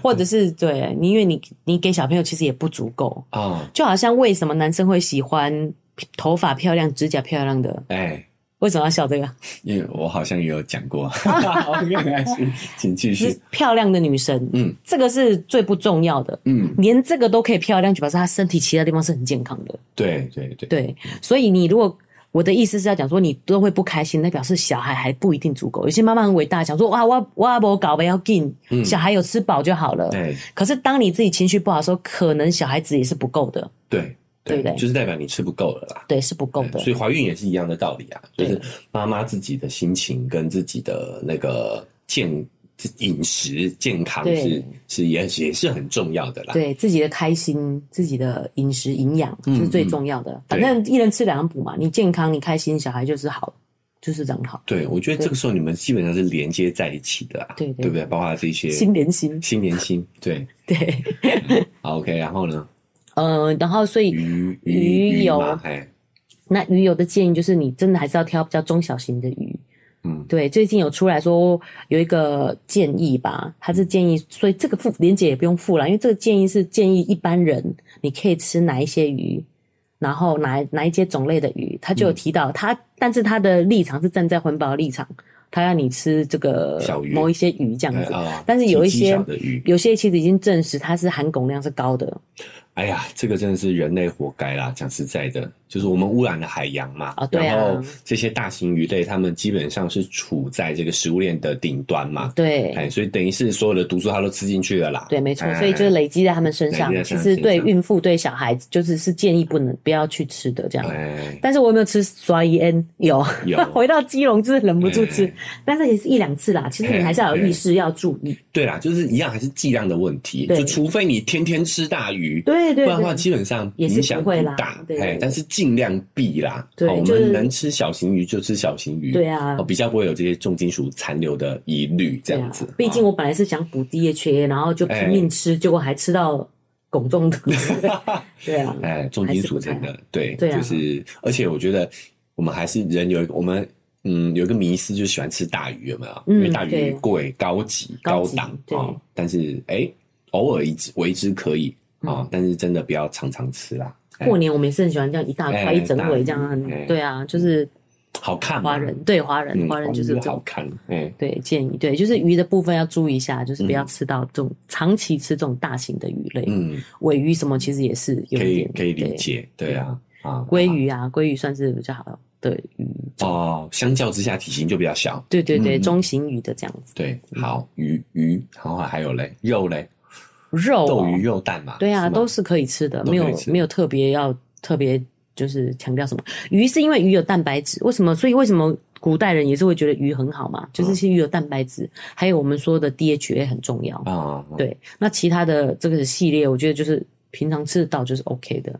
Speaker 1: 或者是对你，因为你你给小朋友其实也不足够，
Speaker 2: 啊，
Speaker 1: 就好像为什么男生会喜欢头发漂亮、指甲漂亮的？
Speaker 2: 哎，
Speaker 1: 为什么要笑这个？
Speaker 2: 因为我好像也有讲 过，好没关系，请继
Speaker 1: 是
Speaker 2: 续。
Speaker 1: 漂亮的女生，
Speaker 2: 嗯，
Speaker 1: 这个是最不重要的，
Speaker 2: 嗯，
Speaker 1: 连这个都可以漂亮，就表示她身体其他地方是很健康的。
Speaker 2: 对对对，
Speaker 1: 对，所以你如果我的意思是要讲说，你都会不开心，那表示小孩还不一定足够。有些妈妈很伟大，讲说哇，我我我搞不要紧，
Speaker 2: 嗯
Speaker 1: 小孩有吃饱就好了。
Speaker 2: 哎，
Speaker 1: 可是当你自己情绪不好的时候，可能小孩子也是不够的，
Speaker 2: 对
Speaker 1: 对不对
Speaker 2: 就是代表你吃不够了啦。
Speaker 1: 对，是不够的
Speaker 2: 所。以怀孕也是一样的道理啊，就
Speaker 1: 对
Speaker 2: 是妈妈自己的心情跟自己的那个健饮食健康
Speaker 1: 对
Speaker 2: 是是也也是很重要的啦。
Speaker 1: 对自己的开心、自己的饮食营养是最重要的。反正一人吃两补嘛，你健康、你开心，小孩就是好，就是这样好，
Speaker 2: 对，我觉得这个时候你们基本上是连接在一起的啦，
Speaker 1: 对对
Speaker 2: 对不对？包括这些
Speaker 1: 心连心。
Speaker 2: 心连心，对，
Speaker 1: 对，
Speaker 2: 好 OK，然后呢，
Speaker 1: 呃，然后所以
Speaker 2: 鱼
Speaker 1: 鱼油
Speaker 2: 嘛哎，
Speaker 1: 那鱼油的建议就是，你真的还是要挑比较中小型的鱼，
Speaker 2: 嗯，
Speaker 1: 对，最近有出来说有一个建议吧，他是建议，所以这个付莲姐也不用付了，因为这个建议是建议一般人你可以吃哪一些鱼，然后哪哪一些种类的鱼，他
Speaker 2: 嗯
Speaker 1: 就有提到他，但是他的立场是站在环保立场，他要你吃这个
Speaker 2: 小鱼
Speaker 1: 某一些鱼这样
Speaker 2: 哎
Speaker 1: 子，
Speaker 2: 啊
Speaker 1: 但是有一
Speaker 2: 体积
Speaker 1: 些
Speaker 2: 小的鱼，
Speaker 1: 有些其实已经证实它是含汞量是高的
Speaker 2: 哎呀，这个真的是人类活该啦！讲实在的，就是我们污染了海洋嘛，
Speaker 1: 啊对啊
Speaker 2: 然后这些大型鱼类，它们基本上是处在这个食物链的顶端嘛，
Speaker 1: 对。
Speaker 2: 哎，所以等于是所有的毒素它都吃进去了啦。
Speaker 1: 对，没错，
Speaker 2: 哎
Speaker 1: 所以就是累积在他们身上
Speaker 2: 累积在。
Speaker 1: 其
Speaker 2: 他们
Speaker 1: 实对
Speaker 2: 身上
Speaker 1: 孕妇、对小孩，就是是建议不能不要去吃的这样。
Speaker 2: 哎，
Speaker 1: 但是我有没有吃刷烟？有，
Speaker 2: 哦有
Speaker 1: 回到基隆就是忍不住吃，
Speaker 2: 嗯
Speaker 1: 但是也是一两次啦。其实你还是要有意识，要注意。
Speaker 2: 对啦，就是一样还是剂量的问题，
Speaker 1: 对
Speaker 2: 就除非你天天吃大鱼，
Speaker 1: 对对
Speaker 2: 不然的话
Speaker 1: 对，
Speaker 2: 基本上
Speaker 1: 也是
Speaker 2: 影响
Speaker 1: 不会啦
Speaker 2: 大，
Speaker 1: 对对
Speaker 2: 哎
Speaker 1: 对，
Speaker 2: 但是尽量避啦。
Speaker 1: 对
Speaker 2: 好我
Speaker 1: 就是
Speaker 2: 们能吃小型鱼就吃小型鱼，
Speaker 1: 对啊
Speaker 2: 哦，比较不会有这些重金属残留的疑虑，这
Speaker 1: 对
Speaker 2: 样
Speaker 1: 啊
Speaker 2: 子。
Speaker 1: 毕竟
Speaker 2: 啊
Speaker 1: 我本来是想补 DHA，然后就拼命吃，结果还吃到汞中毒。 对啊，
Speaker 2: 哎，重金属真
Speaker 1: 还
Speaker 2: 的对，
Speaker 1: 对啊
Speaker 2: 就是，而且我觉得我们还是人有一个我们嗯有一个迷思，就是喜欢吃大鱼，有没有？
Speaker 1: 嗯
Speaker 2: 因为大
Speaker 1: 对
Speaker 2: 鱼贵、高级、
Speaker 1: 高
Speaker 2: 高
Speaker 1: 级
Speaker 2: 档
Speaker 1: 对
Speaker 2: 哦，但是哎，偶尔一只为之可以啊
Speaker 1: 嗯，
Speaker 2: 但是真的不要常常吃啦。哎
Speaker 1: 过年我们也是很喜欢这样一大块
Speaker 2: 哎
Speaker 1: 一整尾
Speaker 2: 大
Speaker 1: 这样很，
Speaker 2: 哎
Speaker 1: 对啊，就是
Speaker 2: 好看嘛
Speaker 1: 华人对华人
Speaker 2: 嗯
Speaker 1: 华人就是
Speaker 2: 鱼
Speaker 1: 这
Speaker 2: 好
Speaker 1: 种。
Speaker 2: 看，哎，
Speaker 1: 对，建议对，就是鱼的部分要注意一下，就是不要
Speaker 2: 嗯
Speaker 1: 吃到这种、长期吃这种大型的鱼类，
Speaker 2: 嗯，
Speaker 1: 尾鱼什么其实也是有
Speaker 2: 可
Speaker 1: 一
Speaker 2: 以
Speaker 1: 点
Speaker 2: 可以理
Speaker 1: 对
Speaker 2: 解，对啊啊，
Speaker 1: 鲑鱼啊，鲑鱼算是比较好的鱼种。
Speaker 2: 哦，相较之下体型就比较小，
Speaker 1: 对对对，
Speaker 2: 嗯
Speaker 1: 中型鱼的这样子。
Speaker 2: 对，好鱼鱼，然后还有嘞肉嘞，
Speaker 1: 肉、
Speaker 2: 斗
Speaker 1: 哦，
Speaker 2: 鱼、肉蛋嘛，
Speaker 1: 对啊，
Speaker 2: 是吗
Speaker 1: 都是可以吃的，
Speaker 2: 都
Speaker 1: 没
Speaker 2: 可
Speaker 1: 有
Speaker 2: 以吃
Speaker 1: 没有特别要特别就是强调什么。鱼是因为鱼有蛋白质，为什么？所以为什么古代人也是会觉得鱼很好
Speaker 2: 嗯
Speaker 1: 嘛？就是其实鱼有蛋白质，还有我们说的 DHA 很重要。
Speaker 2: 啊，
Speaker 1: 对，那其他的这个系列，我觉得就是平常吃得到就是 OK 的。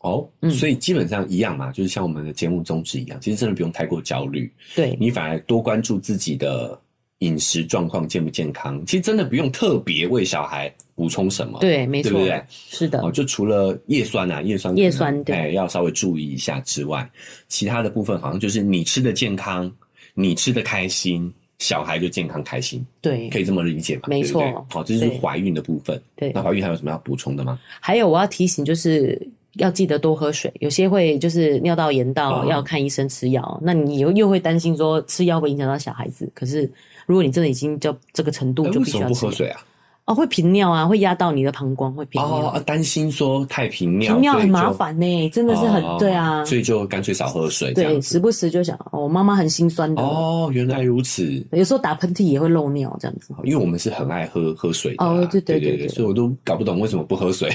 Speaker 2: 哦
Speaker 1: 嗯，
Speaker 2: 所以基本上一样嘛，就是像我们的节目宗旨一样，其实真的不用太过焦虑，
Speaker 1: 对，
Speaker 2: 你反而多关注自己的饮食状况健不健康，其实真的不用特别为小孩补充什么，，
Speaker 1: 对，没
Speaker 2: 对
Speaker 1: 错，
Speaker 2: 不对？
Speaker 1: 是的
Speaker 2: 哦，，就除了叶酸啊，叶酸可能
Speaker 1: 叶酸对
Speaker 2: 哎要稍微注意一下之外，其他的部分好像就是你吃的健康，你吃的开心，小孩就健康开心，
Speaker 1: 对
Speaker 2: 可以这么理解嘛？
Speaker 1: 没错
Speaker 2: 对不对好、这就是
Speaker 1: 对
Speaker 2: 怀孕的部分。
Speaker 1: 对
Speaker 2: 那。怀孕还有什么要补充的吗？
Speaker 1: 还有我要提醒，就是要记得多喝水。有些会就是尿道炎到
Speaker 2: 哦
Speaker 1: 要看医生吃药，那你又又会担心说吃药会影响到小孩子。可是如果你真的已经到这个程度，
Speaker 2: 哎
Speaker 1: 就
Speaker 2: 为
Speaker 1: 必
Speaker 2: 什
Speaker 1: 须要
Speaker 2: 么不
Speaker 1: 吃
Speaker 2: 喝
Speaker 1: 药
Speaker 2: 水啊？
Speaker 1: 哦，会频尿啊，会压到你的膀胱，会频
Speaker 2: 哦，
Speaker 1: 尿
Speaker 2: 啊。担心说太频尿，
Speaker 1: 频尿
Speaker 2: 所以
Speaker 1: 很麻
Speaker 2: 就，
Speaker 1: 烦呢，真的是很
Speaker 2: 哦
Speaker 1: 对啊，
Speaker 2: 所以就干脆少喝水这
Speaker 1: 对，
Speaker 2: 样子。
Speaker 1: 时不时就想哦，妈妈很心酸的，
Speaker 2: 哦，原来如此，
Speaker 1: 有时候打喷嚏也会漏尿这样子。
Speaker 2: 因为我们是很爱喝喝水的啦、
Speaker 1: 哦对对
Speaker 2: 对
Speaker 1: 对对
Speaker 2: 所以我都搞不懂为什么不喝水。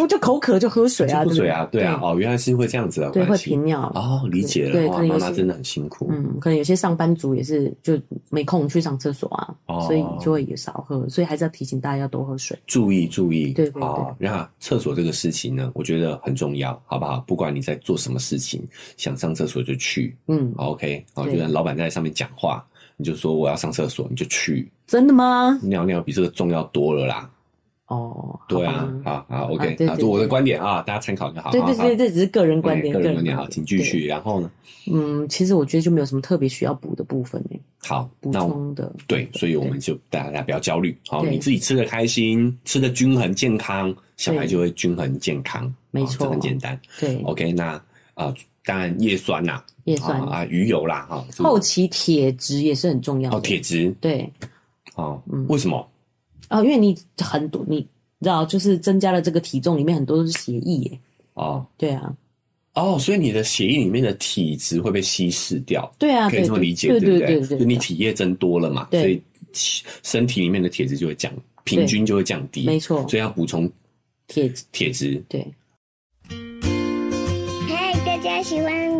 Speaker 1: 我就口渴就喝水啊，
Speaker 2: 喝水
Speaker 1: 对
Speaker 2: 啊，
Speaker 1: 不
Speaker 2: 对啊，，哦，原来是会这样子的
Speaker 1: 对，
Speaker 2: 关
Speaker 1: 会
Speaker 2: 系
Speaker 1: 频尿。
Speaker 2: 哦，理解
Speaker 1: 对
Speaker 2: 了，
Speaker 1: 可
Speaker 2: 哇，
Speaker 1: 能有
Speaker 2: 妈
Speaker 1: 些
Speaker 2: 妈真的很辛苦，
Speaker 1: 嗯，可能有些上班族也是就没空去上厕所啊，
Speaker 2: 哦
Speaker 1: 所以就会也少喝，所以还是要提醒大家要多喝水。
Speaker 2: 注意注意，
Speaker 1: 对对对
Speaker 2: 啊，那厕所这个事情呢，我觉得很重要，好不好？不管你在做什么事情，想上厕所就去
Speaker 1: 嗯，
Speaker 2: 好，OK，好，
Speaker 1: 对
Speaker 2: 就算老板在上面讲话，你就说我要上厕所，你就去，
Speaker 1: 真的吗？
Speaker 2: 尿尿比这个重要多了啦，
Speaker 1: 哦，
Speaker 2: 对
Speaker 1: 好
Speaker 2: 啊
Speaker 1: 吧，
Speaker 2: 好好
Speaker 1: 啊对
Speaker 2: ，OK，好，
Speaker 1: 对
Speaker 2: 这我的
Speaker 1: 对
Speaker 2: 观点啊，大家参考就好，
Speaker 1: 对对
Speaker 2: 好
Speaker 1: 对，。这只是个人
Speaker 2: 好
Speaker 1: 观
Speaker 2: 对
Speaker 1: 点，
Speaker 2: 个人观
Speaker 1: 观
Speaker 2: 点好，请继。续。然后呢？
Speaker 1: 对嗯，其实我觉得就没有什么特别需要补的部分呢，
Speaker 2: 好，
Speaker 1: 补
Speaker 2: 那我
Speaker 1: 充的。
Speaker 2: 对，所以我们就大家不要焦虑，好，
Speaker 1: 对
Speaker 2: 你自己吃的开心，吃的均衡健康，小孩
Speaker 1: 对
Speaker 2: 就会均衡健康，
Speaker 1: 没
Speaker 2: 好
Speaker 1: 错
Speaker 2: 这很简单。
Speaker 1: 对，
Speaker 2: OK，那啊、当然叶酸呐、
Speaker 1: 叶
Speaker 2: 啊
Speaker 1: 酸、
Speaker 2: 啊鱼油啦，哈、这个
Speaker 1: 后期铁质也是很重要的。
Speaker 2: 哦铁质
Speaker 1: 对
Speaker 2: 哦
Speaker 1: 嗯，
Speaker 2: 为什么？
Speaker 1: 哦，因为你很多，你知道，就是增加了这个体重，里面很多都是血液耶。
Speaker 2: 哦
Speaker 1: 对啊，
Speaker 2: 哦，所以你的血液里面的体质会被稀释掉，
Speaker 1: 对啊，
Speaker 2: 可以
Speaker 1: 对
Speaker 2: 这么
Speaker 1: 对
Speaker 2: 理解，
Speaker 1: 对
Speaker 2: 不
Speaker 1: 对对对，
Speaker 2: 就你
Speaker 1: 对
Speaker 2: 体液增多了嘛，
Speaker 1: 对
Speaker 2: 所以体身体里面的铁质就会降，平均就会降低，
Speaker 1: 没错
Speaker 2: 所以要补充
Speaker 1: 铁质
Speaker 2: 铁质。
Speaker 1: 对。
Speaker 3: 嗨，大家喜欢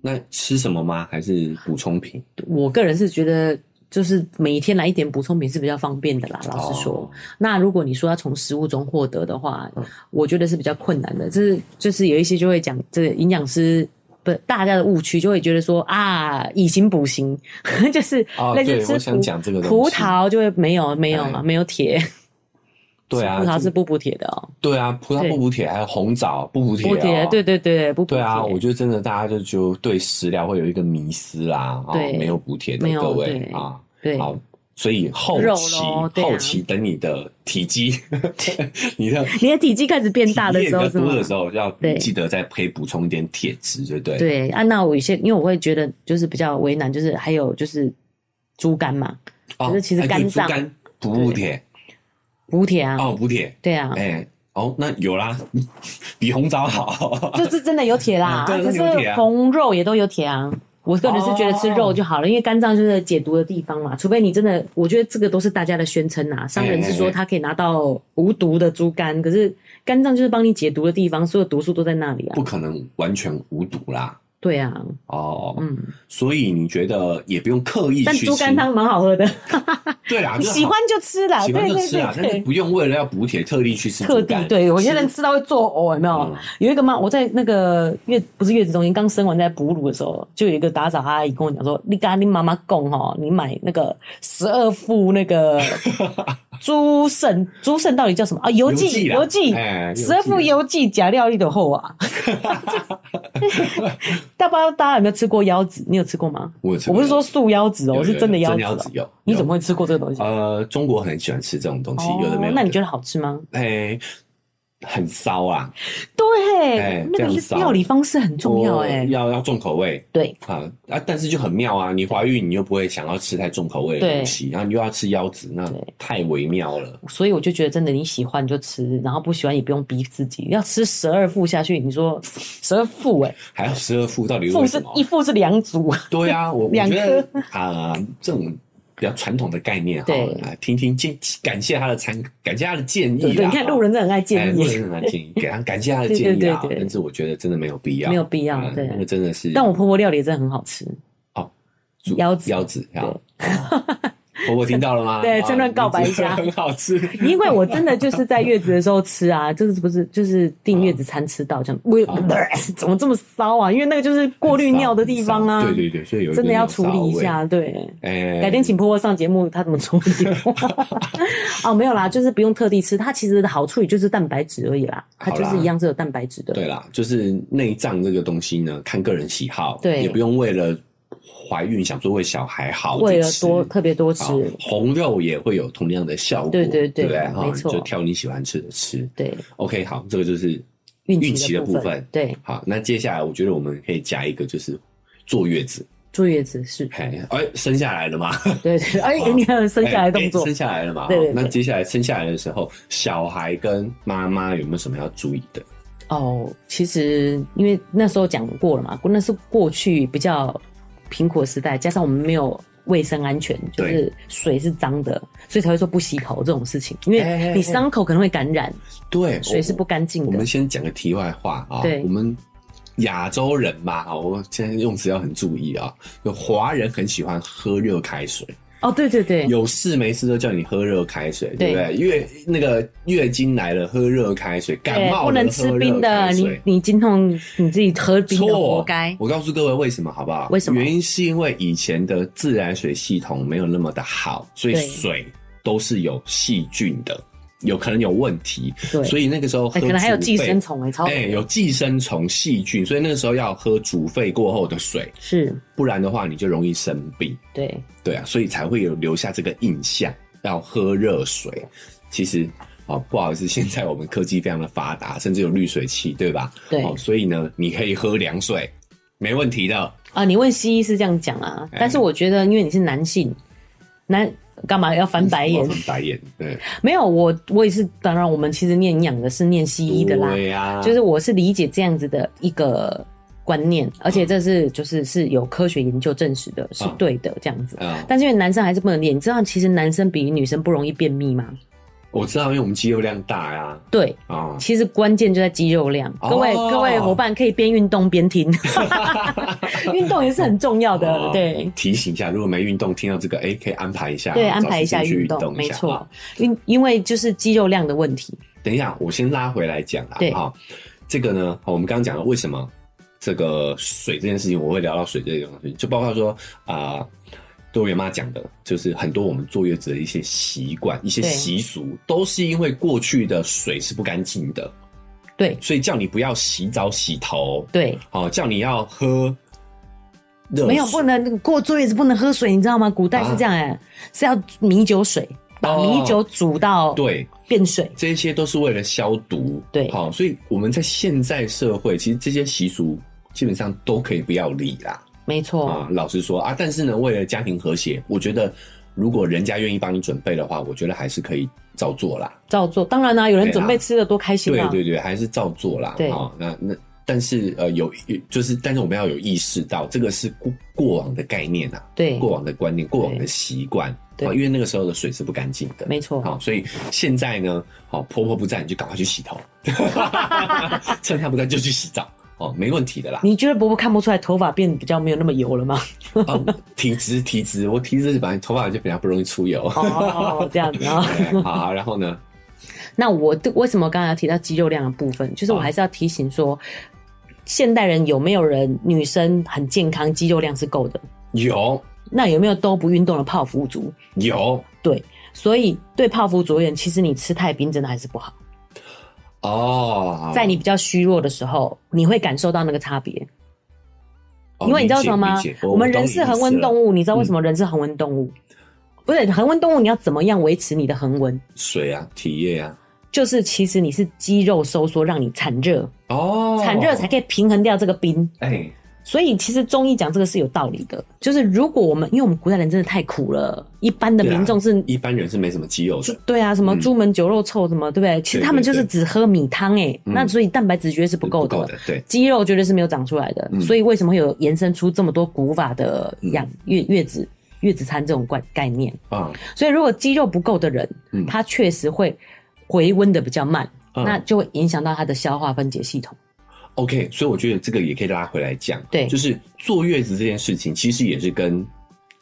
Speaker 2: 那吃什么吗？还是补充品？
Speaker 1: 我个人是觉得就是每天来一点补充品是比较方便的啦。老实说，
Speaker 2: 哦
Speaker 1: 那如果你说要从食物中获得的话，
Speaker 2: 嗯
Speaker 1: 我觉得是比较困难的。这是就是有一些就会讲这个营养师。不，大家的误区就会觉得说啊，以形补形， 就是
Speaker 2: 哦
Speaker 1: 类似
Speaker 2: 对
Speaker 1: 吃
Speaker 2: 我想
Speaker 1: 葡
Speaker 2: 讲这个东
Speaker 1: 葡
Speaker 2: 西
Speaker 1: 萄就会没有没有
Speaker 2: 哎
Speaker 1: 啊，没有铁，
Speaker 2: 对啊，
Speaker 1: 葡萄是
Speaker 2: 就
Speaker 1: 不补铁的哦，
Speaker 2: 对啊，葡萄
Speaker 1: 对
Speaker 2: 不补铁，还有红枣不补铁、哦，
Speaker 1: 补铁，对对对，不补
Speaker 2: 对啊，
Speaker 1: 铁
Speaker 2: 我觉得真的大家就就对食疗会有一个迷思啦，啊、
Speaker 1: 对
Speaker 2: 没有补铁的
Speaker 1: 没有
Speaker 2: 各位
Speaker 1: 对
Speaker 2: 啊，
Speaker 1: 对
Speaker 2: 好，所以后
Speaker 1: 肉
Speaker 2: 期、
Speaker 1: 咯对啊
Speaker 2: 后期等你的体积， 你的
Speaker 1: 你的体积开始变大的
Speaker 2: 体液比
Speaker 1: 时候
Speaker 2: 较
Speaker 1: 是
Speaker 2: 多
Speaker 1: 吗？
Speaker 2: 的时候，要
Speaker 1: 对
Speaker 2: 记得再可以补充一点铁质，对不对？
Speaker 1: 对啊，那我有些因为我会觉得就是比较为难，就是还有就是猪肝嘛，
Speaker 2: 哦，
Speaker 1: 可是其实
Speaker 2: 还可以
Speaker 1: 肝
Speaker 2: 猪
Speaker 1: 脏
Speaker 2: 肝补补铁
Speaker 1: 补铁啊，
Speaker 2: 哦，补铁，
Speaker 1: 对啊，
Speaker 2: 哎、哦，那有啦， 比红枣好。
Speaker 1: 就是真的有铁啦，
Speaker 2: 嗯对
Speaker 1: 可
Speaker 2: 有铁
Speaker 1: 是
Speaker 2: 啊哦
Speaker 1: 红肉也都有铁啊。我个人是觉得吃肉就好了，因为肝脏就是解毒的地方嘛。除非你真的，我觉得这个都是大家的宣称啊。商人是
Speaker 2: 哎哎
Speaker 1: 说
Speaker 2: 哎
Speaker 1: 他可以拿到无毒的猪肝，可是肝脏就是帮你解毒的地方，所有毒素都在那里啊
Speaker 2: 不。可能完全无毒啦，
Speaker 1: 对啊，
Speaker 2: 哦，
Speaker 1: 嗯，
Speaker 2: 所以你觉得也不用刻意
Speaker 1: 但
Speaker 2: 去吃。
Speaker 1: 猪肝汤蛮好喝 的，
Speaker 2: 对啦，
Speaker 1: 你
Speaker 2: 就是好
Speaker 1: 喜欢就吃啦，
Speaker 2: 喜
Speaker 1: 对对
Speaker 2: 欢就
Speaker 1: 对
Speaker 2: 吃啊，但是
Speaker 1: 对
Speaker 2: 不用为了要补铁特地去吃
Speaker 1: 特
Speaker 2: 猪
Speaker 1: 地
Speaker 2: 肝。
Speaker 1: 对，有些人吃到会作呕，有没有？
Speaker 2: 嗯
Speaker 1: 有一个妈，我在那个月不是月子中心刚生完在哺乳的时候，就有一个打扫阿姨跟我讲说：“你跟你妈妈供哦，你买那个十二副那 个猪肾，猪肾到底叫什么啊？油
Speaker 2: 油
Speaker 1: 剂，
Speaker 2: 剂啦
Speaker 1: 油剂
Speaker 2: 哎，
Speaker 1: 十二副
Speaker 2: 油剂
Speaker 1: 油剂假料理的后 啊。 大不知道大家有没有吃过腰子？你有吃过吗？
Speaker 2: 我有吃
Speaker 1: 我
Speaker 2: 过
Speaker 1: 不是说素腰子哦，
Speaker 2: 有
Speaker 1: 我是
Speaker 2: 有
Speaker 1: 真的
Speaker 2: 有
Speaker 1: 腰
Speaker 2: 真
Speaker 1: 子
Speaker 2: 腰子
Speaker 1: 哦。
Speaker 2: 有。
Speaker 1: 你怎么
Speaker 2: 会？
Speaker 1: 会吃过这个东西？
Speaker 2: 呃，中国很喜欢吃这种东西，有的没有的。
Speaker 1: 哦那你觉得好吃吗？
Speaker 2: 哎，很骚啊，哎
Speaker 1: 对，
Speaker 2: 这
Speaker 1: 那
Speaker 2: 样
Speaker 1: 个
Speaker 2: 子
Speaker 1: 是
Speaker 2: 哦
Speaker 1: 料理方式很重要
Speaker 2: 我
Speaker 1: 哎、
Speaker 2: 要要重口味
Speaker 1: 对，
Speaker 2: 啊啊！但是就很妙啊，你怀孕你又不会想要吃太重口味的
Speaker 1: 对
Speaker 2: 东西，然后你又要吃腰子，那
Speaker 1: 对
Speaker 2: 太微妙了。
Speaker 1: 所以我就觉得，真的你喜欢就吃，然后不喜欢也不用逼自己。要吃十二副下去，你说十二副 哎、
Speaker 2: 还要十二副，到底
Speaker 1: 副
Speaker 2: 为什
Speaker 1: 是
Speaker 2: 么？
Speaker 1: 一副是两组，
Speaker 2: 对啊，我我觉
Speaker 1: 两
Speaker 2: 得啊、这种比较传统的概念哈，
Speaker 1: 对
Speaker 2: 来听听建，感谢他的参，感谢他的建议
Speaker 1: 对
Speaker 2: 啦。
Speaker 1: 对，你看路人真的很爱
Speaker 2: 哎
Speaker 1: 建
Speaker 2: 路
Speaker 1: 议，
Speaker 2: 人来建议， 给他感谢他的建议啊
Speaker 1: 对对对。对
Speaker 2: 但是我觉得真的没有必要，
Speaker 1: 没有必要
Speaker 2: 嗯
Speaker 1: 对
Speaker 2: 那个真的是。
Speaker 1: 但我婆婆料理真的很好吃，
Speaker 2: 煮
Speaker 1: 腰子
Speaker 2: 腰子啊，哦 婆婆听到了吗？
Speaker 1: 对
Speaker 2: 啊
Speaker 1: 趁乱告白一下
Speaker 2: 你煮得很好吃。
Speaker 1: 因为我真的就是在月子的时候吃啊，就是不是就是
Speaker 2: 嗯
Speaker 1: 订月子餐吃到这样，我、 怎么这么骚啊？因为那个就是 过滤尿的地方啊，
Speaker 2: 对对对，所以有一个
Speaker 1: 真的要
Speaker 2: 那种
Speaker 1: 处理一
Speaker 2: 骚味。
Speaker 1: 下，对。
Speaker 2: 哎，
Speaker 1: 改天请婆婆上节目，她怎么处 理？哦，没有啦，就是不用特地吃，它其实的好处也就是蛋白质而已啦，它
Speaker 2: 好
Speaker 1: 就
Speaker 2: 啦
Speaker 1: 是一样是有蛋白质的。
Speaker 2: 对啦，就是内脏这个东西呢，看个人喜好，
Speaker 1: 对
Speaker 2: 也不用为了怀孕想说为小孩好，
Speaker 1: 为了
Speaker 2: 就吃
Speaker 1: 多特别多吃
Speaker 2: 好，红肉也会有同样的效果，
Speaker 1: 对对
Speaker 2: 对
Speaker 1: 对
Speaker 2: 不对，哈
Speaker 1: 没错
Speaker 2: 就挑你喜欢吃的吃。
Speaker 1: 对
Speaker 2: OK，好，这个就是
Speaker 1: 运
Speaker 2: 气的
Speaker 1: 部
Speaker 2: 部分。
Speaker 1: 对
Speaker 2: 好，那接下来我觉得我们可以加一个，就是坐月子，
Speaker 1: 坐月子是，
Speaker 2: 嘿，哎，生下来了 嘛，
Speaker 1: 对对，哎
Speaker 2: 好，
Speaker 1: 你还有生下来的动
Speaker 2: 哎
Speaker 1: 作
Speaker 2: 生，下来了嘛，
Speaker 1: 对对
Speaker 2: 哦那
Speaker 1: 对
Speaker 2: 接下来生下来的时候，小孩跟妈妈有没有什么要注意的？
Speaker 1: 哦，其实因为那时候讲过了嘛，那是过去比较贫苦的时代，加上我们没有卫生安全，就
Speaker 2: 对
Speaker 1: 是水是脏的，所以才会说不洗口这种事情，因
Speaker 2: 哎哎哎
Speaker 1: 为你伤口可能会感染，
Speaker 2: 对，
Speaker 1: 水是
Speaker 2: 我
Speaker 1: 不干净
Speaker 2: 哦我
Speaker 1: 的
Speaker 2: 们。先讲个题外话啊、
Speaker 1: 对
Speaker 2: 我们亚洲人嘛，啊我现在用词要很注意啊、有华人很喜欢喝热开水，
Speaker 1: 哦，对对对，
Speaker 2: 有事没事都叫你喝热开水，
Speaker 1: 对
Speaker 2: 对不对？月那个月经来了喝热开水，感
Speaker 1: 对
Speaker 2: 冒了
Speaker 1: 不能吃冰
Speaker 2: 喝
Speaker 1: 的，
Speaker 2: 热开
Speaker 1: 你
Speaker 2: 水
Speaker 1: 你经痛你自己喝冰的
Speaker 2: 错，
Speaker 1: 活该。
Speaker 2: 我告诉各位为什么好不好？
Speaker 1: 为什么
Speaker 2: 原因是因为以前的自来水系统没有那么的好，所以
Speaker 1: 对
Speaker 2: 水都是有细菌的，有可能有问题，
Speaker 1: 对，
Speaker 2: 所以那个时候喝
Speaker 1: 哎可能还有
Speaker 2: 煮
Speaker 1: 寄
Speaker 2: 沸
Speaker 1: 生虫哎，超
Speaker 2: 哎、有寄生虫、细菌，所以那个时候要喝煮沸过后的水，
Speaker 1: 是，
Speaker 2: 不然的话你就容易生病。
Speaker 1: 对，
Speaker 2: 对啊，所以才会有留下这个印象，要喝热水。其实，哦，不好意思，现在我们科技非常的发达， 甚至有滤水器，对吧？
Speaker 1: 对
Speaker 2: 哦，所以呢，你可以喝凉水，没问题的。
Speaker 1: 啊，你问西医是这样讲啊，
Speaker 2: 哎
Speaker 1: 但是我觉得，因为你是男性，男干嘛要翻白眼
Speaker 2: 我？很白眼，对，
Speaker 1: 没有，我我也是，当然我们其实念营养的是念西医的啦，
Speaker 2: 对呀、啊，
Speaker 1: 就是我是理解这样子的一个观念，而且这是就是是有科学研究证实的，是
Speaker 2: 嗯
Speaker 1: 对的这样子。
Speaker 2: 啊、
Speaker 1: 但是因为男生还是不能练，你知道其实男生比女生不容易便秘吗？
Speaker 2: 我知道，因为我们肌肉量大呀、
Speaker 1: 对，
Speaker 2: 啊，啊、
Speaker 1: 其实关键就在肌肉量。
Speaker 2: 哦
Speaker 1: 各位、各位伙伴可以边运动边听，运动也是很重要的
Speaker 2: 哦，
Speaker 1: 对。
Speaker 2: 提醒一下，如果没运动，听到这个，哎，可以安排一下，
Speaker 1: 对，
Speaker 2: 找
Speaker 1: 安排一下
Speaker 2: 时间去
Speaker 1: 运
Speaker 2: 动
Speaker 1: 动，
Speaker 2: 一
Speaker 1: 没
Speaker 2: 下哦
Speaker 1: 错
Speaker 2: 好，
Speaker 1: 因因为就是肌肉量的问题，
Speaker 2: 等一下，我先拉回来讲啦
Speaker 1: 对，
Speaker 2: 哈、这个呢，好我们刚刚讲了为什么这个水这件事情，我会聊到水这个东西，就包括说啊。多元妈讲的，就是很多我们坐月子的一些习惯、一些
Speaker 1: 对
Speaker 2: 习俗，都是因为过去的水是不干净的，
Speaker 1: 对
Speaker 2: 所以叫你不要洗澡、洗头，
Speaker 1: 对，
Speaker 2: 好、叫你要喝热水，
Speaker 1: 没有不能过坐月子不能喝水，你知道吗？古代是这样哎、是要米酒水，把米酒煮到
Speaker 2: 对，
Speaker 1: 变水，
Speaker 2: 这些都是为了消毒，
Speaker 1: 对
Speaker 2: 好、所以我们在现在社会，其实这些习俗基本上都可以不要理啦。
Speaker 1: 没错，
Speaker 2: 啊，老实说啊，但是呢，为了家庭和谐，我觉得如果人家愿意帮你准备的话，我觉得还是可以照做啦。
Speaker 1: 照做。当然啦、有人
Speaker 2: 对啊
Speaker 1: 准备吃的多开心
Speaker 2: 对
Speaker 1: 啊！
Speaker 2: 对对，还是照做啦。
Speaker 1: 对
Speaker 2: 啊，那那但是呃，有就是，但是我们要有意识到，这个是过过往的概念啊，
Speaker 1: 对
Speaker 2: 过往的观念，过往的习惯。
Speaker 1: 对
Speaker 2: 啊因为那个时候的水是不干净的，
Speaker 1: 没错
Speaker 2: 好，所以现在呢，好婆婆不在，你就赶快去 洗头，趁她不在就去洗澡，哦，没问题的啦。
Speaker 1: 你觉得伯伯看不出来头发变比较没有那么油了 吗？
Speaker 2: 啊，体质体质，我体质本来头发就比较不容易出油。
Speaker 1: 哦，这样子啊。
Speaker 2: 对 好，然后呢？
Speaker 1: 那我对为什么刚才提到肌肉量的部分，就是我
Speaker 2: 好
Speaker 1: 还是要提醒说，现代人有没有人女生很健康，肌肉量是够的？
Speaker 2: 有
Speaker 1: 那有没有都不运动的泡芙族？
Speaker 2: 有
Speaker 1: 对，所以对泡芙族而言，其实你吃太冰真的还是不好。
Speaker 2: 哦，
Speaker 1: 在你比较虚弱的时候，你会感受到那个差别，
Speaker 2: 哦
Speaker 1: 因为你知道
Speaker 2: 理
Speaker 1: 什
Speaker 2: 解
Speaker 1: 么吗
Speaker 2: 理解？哦
Speaker 1: 我们人是恒温动
Speaker 2: 物，
Speaker 1: 物，你知道为什么人是恒温动物？不是恒温动物，你要怎么样维持你的恒温？
Speaker 2: 水啊，体液啊，
Speaker 1: 就是其实你是肌肉收缩让你产热，
Speaker 2: 哦，
Speaker 1: 产热才可以平衡掉这个冰。
Speaker 2: 哎，
Speaker 1: 所以其实中医讲这个是有道理的，就是如果我们因为我们古代人真的太苦了，一般的
Speaker 2: 对啊
Speaker 1: 民众是
Speaker 2: 一般人是没什么肌肉的，
Speaker 1: 对啊，什么
Speaker 2: 嗯
Speaker 1: 朱门酒肉臭什么，对不对？其实他们就是只喝米汤哎、
Speaker 2: 嗯
Speaker 1: 那所以蛋白质绝对是不够的，
Speaker 2: 够的，对，
Speaker 1: 肌肉绝对是没有长出来的。
Speaker 2: 嗯
Speaker 1: 所以为什么会有延伸出这么多古法的养月月子月子餐这种概概念？
Speaker 2: 啊，
Speaker 1: 所以如果肌肉不够的人，
Speaker 2: 嗯
Speaker 1: 他确实会回温的比较慢，
Speaker 2: 嗯
Speaker 1: 那就会影响到他的消化分解系统。
Speaker 2: OK，所以我觉得这个也可以拉回来讲，
Speaker 1: 对
Speaker 2: 就是坐月子这件事情，其实也是跟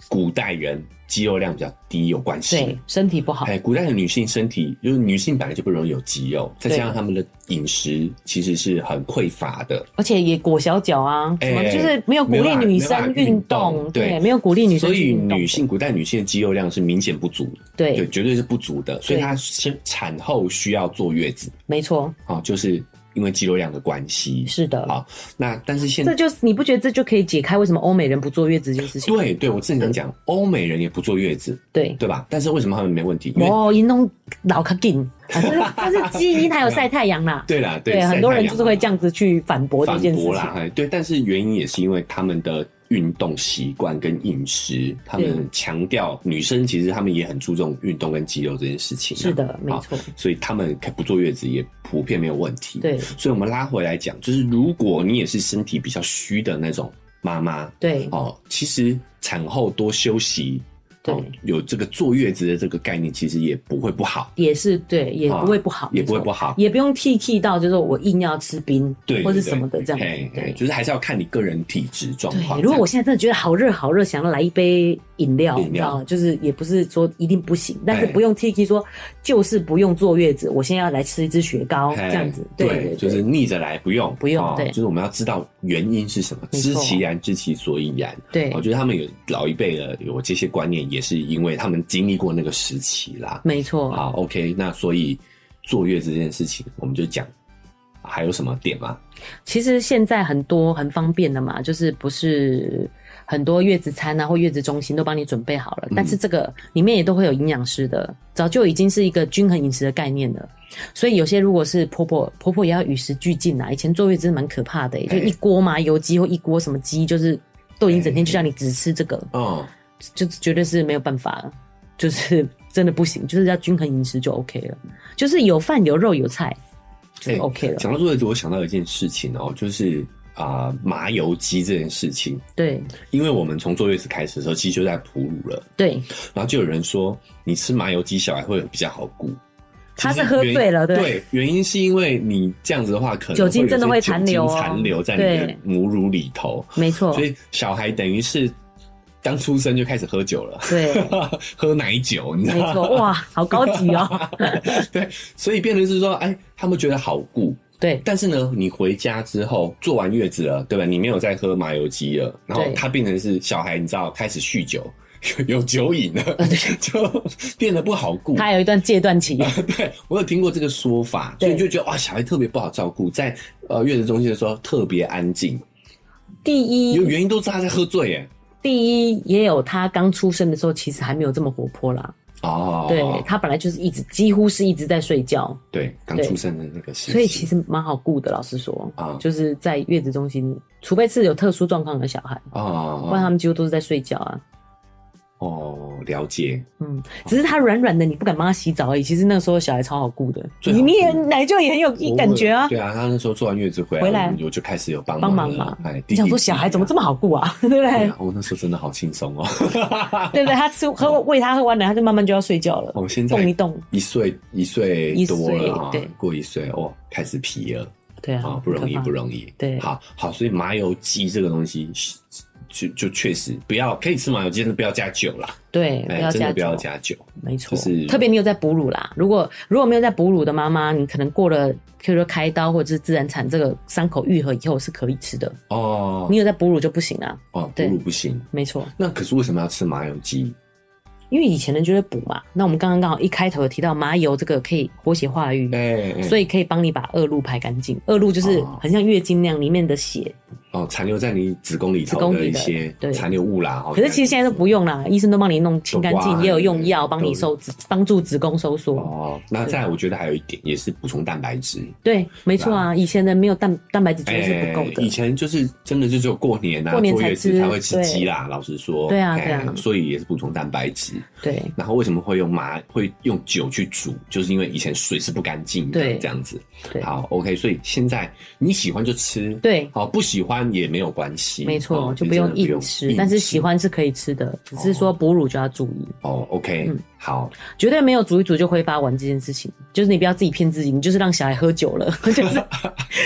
Speaker 2: 古代人肌肉量比较低有关系，
Speaker 1: 对，身体不好，
Speaker 2: 哎，古代的女性身体就是女性本来就不容易有肌肉，再
Speaker 1: 对
Speaker 2: 加上她们的饮食其实是很匮乏的，
Speaker 1: 而且也裹小脚啊，
Speaker 2: 哎
Speaker 1: 什么就是没有鼓
Speaker 2: 没
Speaker 1: 励
Speaker 2: 办法
Speaker 1: 女
Speaker 2: 没
Speaker 1: 生
Speaker 2: 办法运动
Speaker 1: 动，
Speaker 2: 对
Speaker 1: 没有鼓励女生
Speaker 2: 所
Speaker 1: 去
Speaker 2: 以
Speaker 1: 运动
Speaker 2: 女性古代女性的肌肉量是明显不足，对，
Speaker 1: 对，
Speaker 2: 绝对是不足的，所以她是产后需要坐月子
Speaker 1: 没错，
Speaker 2: 啊，就是因为肌肉量的关系。
Speaker 1: 是的。
Speaker 2: 好，那但是现
Speaker 1: 这就是你不觉得这就可以解开为什么欧美人不坐月子这件事情？
Speaker 2: 对对，我正想讲，欧美人也不坐月子，
Speaker 1: 对，
Speaker 2: 对吧？但是为什么他们没问题？因为
Speaker 1: 哦，银弄老卡 劲，啊这是这是基因还有晒太阳啦。
Speaker 2: 对啦，
Speaker 1: 对，
Speaker 2: 晒
Speaker 1: 很多
Speaker 2: 太
Speaker 1: 人
Speaker 2: 阳
Speaker 1: 就是会
Speaker 2: 嘛
Speaker 1: 这样子去反驳这
Speaker 2: 反
Speaker 1: 件事
Speaker 2: 驳
Speaker 1: 情。
Speaker 2: 啦，哎对，但是原因也是因为他们的运动习惯跟饮食，他们
Speaker 1: 对
Speaker 2: 强调女生其实他们也很注重运动跟肌肉这件事情、啊
Speaker 1: 是，的，没
Speaker 2: 好
Speaker 1: 错，
Speaker 2: 所以他们不坐月子也普遍没有问题。，
Speaker 1: 对
Speaker 2: 所以我们拉回来讲，就是如果你也是身体比较虚的那种妈妈，
Speaker 1: 对
Speaker 2: 哦，其实产后多休息。
Speaker 1: 对
Speaker 2: 哦，有这个坐月子的这个概念，其实也不会不好，
Speaker 1: 也是对，也
Speaker 2: 啊
Speaker 1: 不会不好，
Speaker 2: 也不会
Speaker 1: 没错
Speaker 2: 不好。
Speaker 1: 也不用 T T 到就是我硬要吃冰，
Speaker 2: 对
Speaker 1: 或是
Speaker 2: 对对
Speaker 1: 什么的这样
Speaker 2: 嘿
Speaker 1: 子。
Speaker 2: 嘿
Speaker 1: 对
Speaker 2: 就是还是要看你个人体质状况。
Speaker 1: 对，如果我现在真的觉得好热好热，想要来一杯饮料，
Speaker 2: 饮料
Speaker 1: 你知道吗？就是也不是说一定不行，但是
Speaker 2: 哎
Speaker 1: 不用 T T 说就是不用坐月子，我现在要来吃一支雪糕
Speaker 2: 哎
Speaker 1: 这样子。
Speaker 2: 对
Speaker 1: 对对，
Speaker 2: 就是逆着来，不用，
Speaker 1: 不用
Speaker 2: 哦
Speaker 1: 对
Speaker 2: 就是我们要知道原因是什么，
Speaker 1: 没
Speaker 2: 知
Speaker 1: 错
Speaker 2: 其然，知其所以然。
Speaker 1: 对
Speaker 2: 我觉得他们有老一辈的有这些观念，也是因为他们经历过那个时期啦。
Speaker 1: 没错。
Speaker 2: 好，OK，那所以坐月子这件事情，我们就讲还有什么点吗？
Speaker 1: 其实现在很多很方便的嘛，就是不是很多月子餐啊或月子中心都帮你准备好
Speaker 2: 嗯
Speaker 1: 了，但是这个里面也都会有营养师的，早就已经是一个均衡饮食的概念了。所以有些如果是婆婆，婆婆也要与时俱进啊。以前坐月子真的蛮可怕的、欸就
Speaker 2: 哎
Speaker 1: 一锅麻油鸡或一锅什么鸡，就是都已经整天就叫你只吃这个，
Speaker 4: 哦
Speaker 2: 嗯，
Speaker 1: 就绝对是没有办法了，就是真的不行，就是要均衡饮食就 OK 了，就是有饭有肉有菜就
Speaker 2: 哎
Speaker 1: OK 了。
Speaker 2: 讲到坐月子，我想到一件事情哦，就是啊、麻油鸡这件事情，
Speaker 1: 对
Speaker 2: 因为我们从坐月子开始的时候，其实就在哺乳了。
Speaker 1: 对，
Speaker 2: 然后就有人说，你吃麻油鸡小孩会比较好顾。其实
Speaker 4: 他是喝
Speaker 2: 原因
Speaker 4: 醉了对
Speaker 2: 对，原因是因为你这样子的话，可能
Speaker 4: 酒精
Speaker 2: 有
Speaker 4: 真的
Speaker 2: 些
Speaker 4: 会
Speaker 2: 酒
Speaker 4: 残
Speaker 2: 精
Speaker 4: 留哦
Speaker 2: 残留在你的
Speaker 4: 对
Speaker 2: 母乳里头，
Speaker 4: 没错
Speaker 2: 所，以小孩等于是刚出生就开始喝酒了，
Speaker 4: 对，
Speaker 2: 喝奶 酒，你知道
Speaker 4: 没
Speaker 2: 吗？
Speaker 4: 错，哇，好高级哦，
Speaker 2: 对，所以变成是说，哎，他们觉得好顾，
Speaker 1: 对
Speaker 2: 但是呢，你回家之后坐完月子了，对吧？你没有再喝麻油鸡了，然后
Speaker 1: 对
Speaker 2: 他变成是小孩，你知道开始酗酒， 有有 酒瘾了，就变得不好顾。
Speaker 1: 他还有一段戒断 期，
Speaker 2: 对我有听过这个说法，所
Speaker 4: 对
Speaker 2: 以就觉得哇，小孩特别不好照顾，在呃月子中心的时候特别安静，
Speaker 4: 第一
Speaker 2: 有，原因都是他在喝醉耶。
Speaker 1: 第一也有他刚出生的时候其实还没有这么活泼啦，
Speaker 2: 哦，
Speaker 1: 对他本来就是一直几乎是一直在睡觉，
Speaker 2: 对，刚
Speaker 1: 对
Speaker 2: 出生的那个时期，
Speaker 1: 所以其实蛮好顾的。老实说
Speaker 2: 啊
Speaker 1: 就是在月子中心，除非是有特殊状况的小孩，不然
Speaker 2: 哦
Speaker 1: 他们几乎都是在睡觉啊。
Speaker 2: 哦，了解，
Speaker 1: 嗯，只是他软软的，你不敢帮他洗澡而已。其实那个时候小孩超好顾的，
Speaker 2: 最好
Speaker 4: 你
Speaker 2: 顾
Speaker 4: 你也奶就也很有
Speaker 2: 我
Speaker 4: 感觉啊
Speaker 2: 对。啊，他那时候做完月子回来，
Speaker 4: 回来
Speaker 2: 我就就开始有帮
Speaker 1: 帮
Speaker 2: 忙
Speaker 1: 忙
Speaker 2: 了
Speaker 1: 嘛。
Speaker 2: 哎，
Speaker 1: 你想说小孩怎么这么好顾啊， 对不
Speaker 2: 么对
Speaker 1: 对
Speaker 2: 啊？，我那时候真的好轻松哦。
Speaker 1: 对不对？他吃喝喂他喝完奶，他就慢慢就要睡觉了。
Speaker 2: 我现在
Speaker 1: 动一动，
Speaker 2: 一岁一岁多了啊
Speaker 1: 一岁对，
Speaker 2: 过一岁哦，开始皮了
Speaker 1: 对啊
Speaker 2: 啊，，不容
Speaker 1: 很
Speaker 2: 易
Speaker 1: 可怕
Speaker 2: 不容易。
Speaker 1: 对
Speaker 2: 好好，所以麻油鸡这个东西就就确实不要可以吃麻油鸡，但是不要加酒啦，
Speaker 1: 对，不
Speaker 2: 哎
Speaker 1: 要，
Speaker 2: 真
Speaker 1: 加
Speaker 2: 的不要
Speaker 1: 酒
Speaker 2: 加酒。
Speaker 1: 没错，
Speaker 2: 就是
Speaker 1: 特别你有在哺乳啦。如果如果没有在哺乳的妈妈，你可能过了，譬如说开刀或者是自然产，这个伤口愈合以后是可以吃的。
Speaker 2: 哦
Speaker 1: 你有在哺乳就不行啊，
Speaker 2: 哦，哺
Speaker 1: 对
Speaker 2: 乳不行。
Speaker 1: 没错，
Speaker 2: 那可是为什么要吃麻油鸡？
Speaker 1: 因为以前人就会补嘛。那我们刚刚刚好一开头有提到麻油这个可以活血化瘀，
Speaker 2: 哎，哎
Speaker 1: 所以可以帮你把恶露排干净。恶露就是
Speaker 2: 哦
Speaker 1: 很像月经那样里面的血，
Speaker 2: 哦，残留在你子宫里
Speaker 1: 子
Speaker 2: 头
Speaker 1: 宫
Speaker 2: 的
Speaker 1: 里
Speaker 2: 一
Speaker 1: 的
Speaker 2: 些
Speaker 1: 对
Speaker 2: 残留物啦。哦哎
Speaker 1: 可是其实现在都不用啦，医生都帮你弄清干
Speaker 2: 都
Speaker 1: 净，
Speaker 2: 刮
Speaker 1: 也有用药帮
Speaker 2: 都
Speaker 1: 你收，帮助子宫收缩。
Speaker 2: 哦，那再来我觉得还有一点也是补充蛋白质，
Speaker 1: 对，没错啊，以前人没有蛋蛋白质绝对是不够的。
Speaker 2: 哎以前就是真的就只有过年啊，
Speaker 1: 过年
Speaker 2: 坐
Speaker 1: 才
Speaker 2: 月子
Speaker 1: 吃
Speaker 2: 才会吃
Speaker 1: 对
Speaker 2: 鸡啦。老实说，
Speaker 1: 对啊
Speaker 2: 哎
Speaker 1: 对啊
Speaker 2: 所以也是补充蛋白质。
Speaker 1: 对，
Speaker 2: 然后为什么会用麻会用酒去煮，就是因为以前水是不干净的，
Speaker 1: 对
Speaker 2: 这样子。
Speaker 1: 对
Speaker 2: 好，OK，所以现在你喜欢就吃，
Speaker 1: 对
Speaker 2: 好不喜欢也没有关系，
Speaker 1: 没错，
Speaker 2: 哦
Speaker 1: 就
Speaker 2: 其实
Speaker 1: 不
Speaker 2: 真
Speaker 1: 用
Speaker 2: 的
Speaker 1: 硬吃，
Speaker 2: 硬
Speaker 1: 但是喜欢是可以吃的，只是说哺乳就要注意，
Speaker 2: 哦，OK，、
Speaker 1: 嗯
Speaker 2: 好，
Speaker 1: 绝对没有煮一煮就挥发完这件事情，就是你不要自己骗自己，你就是让小孩喝酒了， 就是，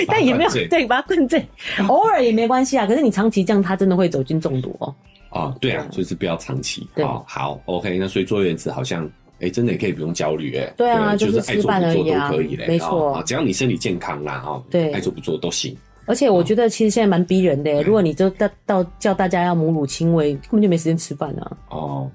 Speaker 1: 但也没有
Speaker 2: 把他灌醉
Speaker 1: 对，把他灌醉， 偶尔也没关系啊。可是你长期这样，他真的会酒精中毒哦。
Speaker 2: 哦，对啊，
Speaker 1: 对
Speaker 2: 就是不要长期。
Speaker 1: 对
Speaker 2: 哦，好，OK，那所以坐月子好像，哎，真的也可以不用焦虑，哎，
Speaker 1: 对啊
Speaker 2: 就
Speaker 1: 就是是
Speaker 2: 爱
Speaker 1: 吃
Speaker 2: 做
Speaker 1: 饭
Speaker 2: 不
Speaker 1: 而
Speaker 2: 做
Speaker 1: 已
Speaker 2: 都
Speaker 1: 啊
Speaker 2: 可以嘞，
Speaker 1: 没错
Speaker 2: 哦只要你身体健康啦，哦，
Speaker 1: 对
Speaker 2: 爱做不做都行。
Speaker 1: 而且
Speaker 2: 哦
Speaker 1: 我觉得其实现在蛮逼人的欸
Speaker 2: 哎
Speaker 1: 耶，如果你就到到叫大家要母乳亲喂，根本就没时间吃饭啊。
Speaker 2: 哦，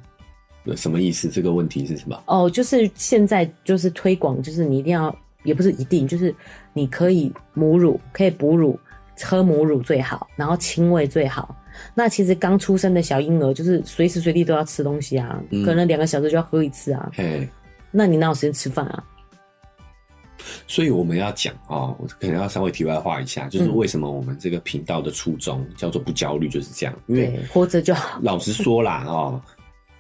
Speaker 2: 那什么意思？这个问题是什么？
Speaker 1: 哦，就是现在就是推广，就是你一定要，也不是一定，就是你可以母乳，可以哺乳，喝母乳最好，然后亲喂最好。那其实刚出生的小婴儿，就是随时随地都要吃东西啊，
Speaker 2: 嗯
Speaker 1: 可能两个小时就要喝一次啊，
Speaker 2: 嘿，
Speaker 1: 那你哪有时间吃饭啊？
Speaker 2: 所以我们要讲哦，我可能要稍微题外话一下，就是
Speaker 1: 嗯
Speaker 2: 为什么我们这个频道的初衷叫做不焦虑，就是这样，因为
Speaker 1: 对，活着就 好。
Speaker 2: 老实说啦，哦。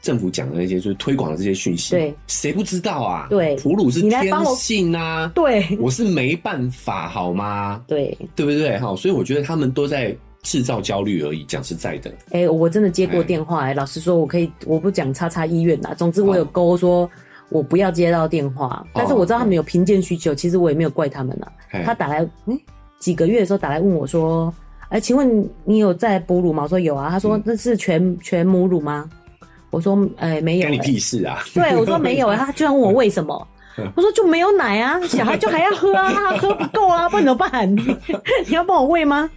Speaker 2: 政府讲的那些就是推广的这些讯息，
Speaker 1: 对，
Speaker 2: 谁不知道啊？
Speaker 1: 对
Speaker 2: 哺乳是
Speaker 1: 你来
Speaker 2: 天
Speaker 1: 帮我
Speaker 2: 性啊，
Speaker 1: 对
Speaker 2: 我是没办法，好吗？
Speaker 1: 对，
Speaker 2: 对不对？哈，所以我觉得他们都在制造焦虑而已。讲实在的，
Speaker 1: 哎、我真的接过
Speaker 2: 哎
Speaker 1: 电话、哎，老实说，我可以，我不讲叉叉医院啦，总之我有
Speaker 2: 哦
Speaker 1: 勾说。我不要接到电话，但是我知道他们有评鉴需求，其实我也没有怪他们啦。
Speaker 2: 嘿
Speaker 1: 他打来，嗯，几个月的时候打来问我说：“哎、请问你有在哺乳吗？”我说有啊。他说：“
Speaker 2: 嗯
Speaker 1: 那是全全母乳吗？”我说：“哎、没有、
Speaker 2: 干你
Speaker 1: 欸。
Speaker 2: 屁事啊！
Speaker 1: 对，我说没有、欸。他居然问我为什么。
Speaker 2: 嗯
Speaker 1: 我说就没有奶啊，小孩就还要喝啊，他喝不够啊，不然怎么办？你 要帮我喂吗？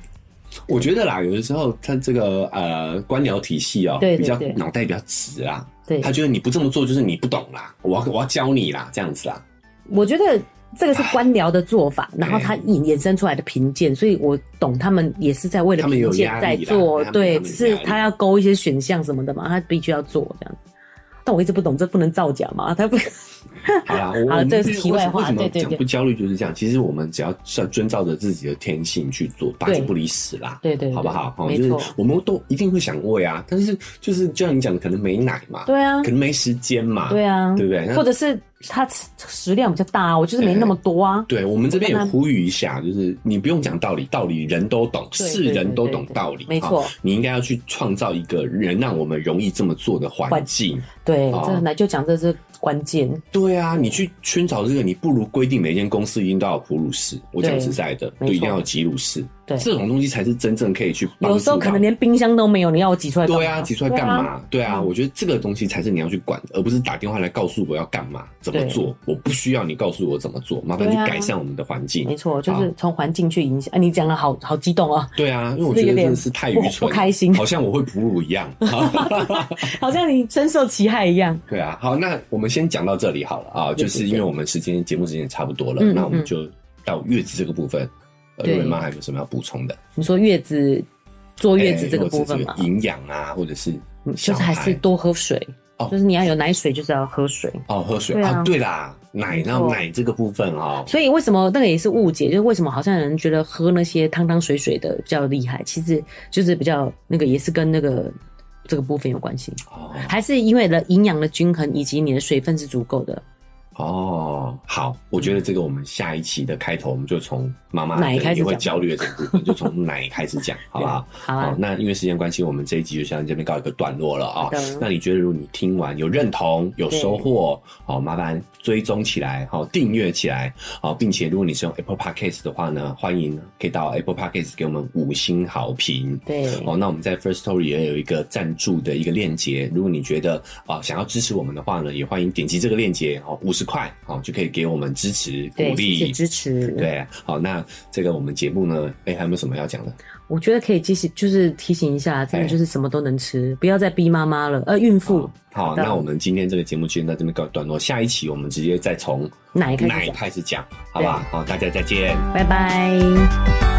Speaker 2: 我觉得啦，有的时候他这个呃官僚体系哦、
Speaker 1: 对对
Speaker 2: 比较
Speaker 1: 对
Speaker 2: 脑袋比较直啊，
Speaker 1: 对，
Speaker 2: 他觉得你不这么做就是你不懂啦，我要我要教你啦，这样 子啦。
Speaker 1: 我觉得这个是官僚的做法，然后他引衍生出来的评鉴，所以我懂他们也是在为了
Speaker 2: 他们有
Speaker 1: 评鉴
Speaker 2: 压
Speaker 1: 在
Speaker 2: 力啦
Speaker 1: 做
Speaker 2: 他，们他
Speaker 1: 对，
Speaker 2: 们
Speaker 1: 只
Speaker 2: 有
Speaker 1: 是
Speaker 2: 压力
Speaker 1: 他要勾一些选项什么的嘛，他必须要做这样。但我一直不懂，这不能造假嘛？他 不，
Speaker 2: 好啦，我
Speaker 1: 好
Speaker 2: 我们
Speaker 1: 这是
Speaker 2: 为什
Speaker 1: 题外话
Speaker 2: 为什么
Speaker 1: 对对
Speaker 2: 讲
Speaker 1: 对
Speaker 2: 不焦虑就是这样？其实我们只要遵遵照着自己的天性去做，八
Speaker 1: 对
Speaker 2: 九不离十啦。
Speaker 1: 对对对
Speaker 2: 好不好？哦
Speaker 1: 没
Speaker 2: 就是
Speaker 1: 错
Speaker 2: 我们都一定会想喂啊，但是就是就像你讲的，可能没奶嘛，
Speaker 1: 对啊
Speaker 2: 可，能没时间嘛，
Speaker 1: 对啊，
Speaker 2: 对不对？那
Speaker 1: 或者是他吃食量比较大啊，我就是没那么多啊。
Speaker 2: 对我们这边也
Speaker 1: 我跟他
Speaker 2: 呼吁一下，就是你不用讲道理，道理人都懂，
Speaker 1: 对
Speaker 2: 是人都懂道理，啊
Speaker 1: 对对对对没
Speaker 2: 哈
Speaker 1: 错
Speaker 2: 你应该要去创造一个人让我们容易这么做的环境。
Speaker 1: 对，
Speaker 2: 哦
Speaker 1: 这来就讲这是关键。
Speaker 2: 对啊，你去寻找这个，你不如规定每间公司一定都要有普鲁士。我讲
Speaker 1: 对
Speaker 2: 实在的，
Speaker 1: 没
Speaker 2: 就一
Speaker 1: 错
Speaker 2: 定要有吉鲁士。
Speaker 1: 对
Speaker 2: 这种东西才是真正可以去帮助到。
Speaker 1: 有时候可能连冰箱都没有，你要我挤出来干嘛？
Speaker 2: 对啊，提出来干嘛？对啊，
Speaker 1: 嗯
Speaker 2: 我觉得这个东西才是你要去管，而不是打电话来告诉我要干嘛、怎么
Speaker 1: 对
Speaker 2: 做。我不需要你告诉我怎么做，麻烦去
Speaker 1: 对啊
Speaker 2: 改善我们的环境
Speaker 1: 没。错，就
Speaker 2: 好
Speaker 1: 是从环境去影响。啊，你讲的好好激动哦，
Speaker 2: 对啊，因为我
Speaker 1: 是
Speaker 2: 觉
Speaker 1: 有
Speaker 2: 得真
Speaker 1: 点
Speaker 2: 的是太
Speaker 1: 不
Speaker 2: 愚蠢，
Speaker 1: 不开心
Speaker 2: 好像我会哺乳一样。
Speaker 1: 好像你深受其害一样。
Speaker 2: 对啊，好，那我们先讲到这里好了啊，
Speaker 1: 对
Speaker 2: 就是因为我们时间节目时间也差不多了，
Speaker 1: 嗯
Speaker 2: 那我们
Speaker 1: 嗯
Speaker 2: 就到月子这个部分。呃，
Speaker 1: 对
Speaker 2: 瑞文妈还有没有什么要补充的？
Speaker 1: 你说月子坐月子这个
Speaker 2: 哎
Speaker 1: 部分
Speaker 2: 或者
Speaker 1: 嘛
Speaker 2: 是，营养啊，或者是
Speaker 1: 嗯就
Speaker 2: 小
Speaker 1: 是还
Speaker 2: 孩
Speaker 1: 是多喝水
Speaker 2: 哦，
Speaker 1: 就是你要有奶水，就是要喝水。
Speaker 2: 哦，喝水
Speaker 1: 对啊
Speaker 2: 哦，对啦，奶，
Speaker 1: 没
Speaker 2: 然后
Speaker 1: 错
Speaker 2: 奶这个部分啊，
Speaker 1: 所以为什么那个也是误解，就是为什么好像有人觉得喝那些汤汤水水的比较厉害，其实就是比较那个也是跟那个这个部分有关系，
Speaker 2: 哦，
Speaker 1: 还是因为了营养的均衡以及你的水分是足够的，
Speaker 2: 哦，好，我觉得这个我们下一期的开头，我们就从妈妈
Speaker 1: 奶
Speaker 2: 可能
Speaker 1: 开始
Speaker 2: 也会
Speaker 1: 讲
Speaker 2: 焦虑的这个部分，就从奶开始讲，好不好？
Speaker 1: 好
Speaker 2: 好，
Speaker 1: 啊，
Speaker 2: 那因为时间关系，我们这一集就先到这边告一个段落了啊、
Speaker 1: 好的
Speaker 2: 那你觉得，如果你听完有认同、有收获，好、麻烦追踪起来，好、订阅起来，好、并且如果你是用 Apple Podcast 的话呢，欢迎可以到 Apple Podcast 给我们五星好评。
Speaker 1: 对，
Speaker 2: 哦，那我们在 First Story 也有一个赞助的一个链接，如果你觉得啊、想要支持我们的话呢，也欢迎点击这个链接哦，五十块哦就可以给我们支持鼓
Speaker 1: 对，谢
Speaker 2: 励
Speaker 1: 谢。支持，，
Speaker 2: 对，好，那这个我们节目呢，哎、还有没有什么要讲的？
Speaker 1: 我觉得可以继续就是提醒一下，真的
Speaker 2: 哎哦
Speaker 1: 就是什么都能吃，不要再逼妈妈了，呃，孕妇
Speaker 2: 好好，
Speaker 1: 的
Speaker 2: 那我们今天这个节目就先到这边告一段落，下一期我们直接再从
Speaker 1: 奶开始
Speaker 2: 奶
Speaker 1: 讲，
Speaker 2: 开始讲，好不好？好，大家再见。
Speaker 1: 拜拜。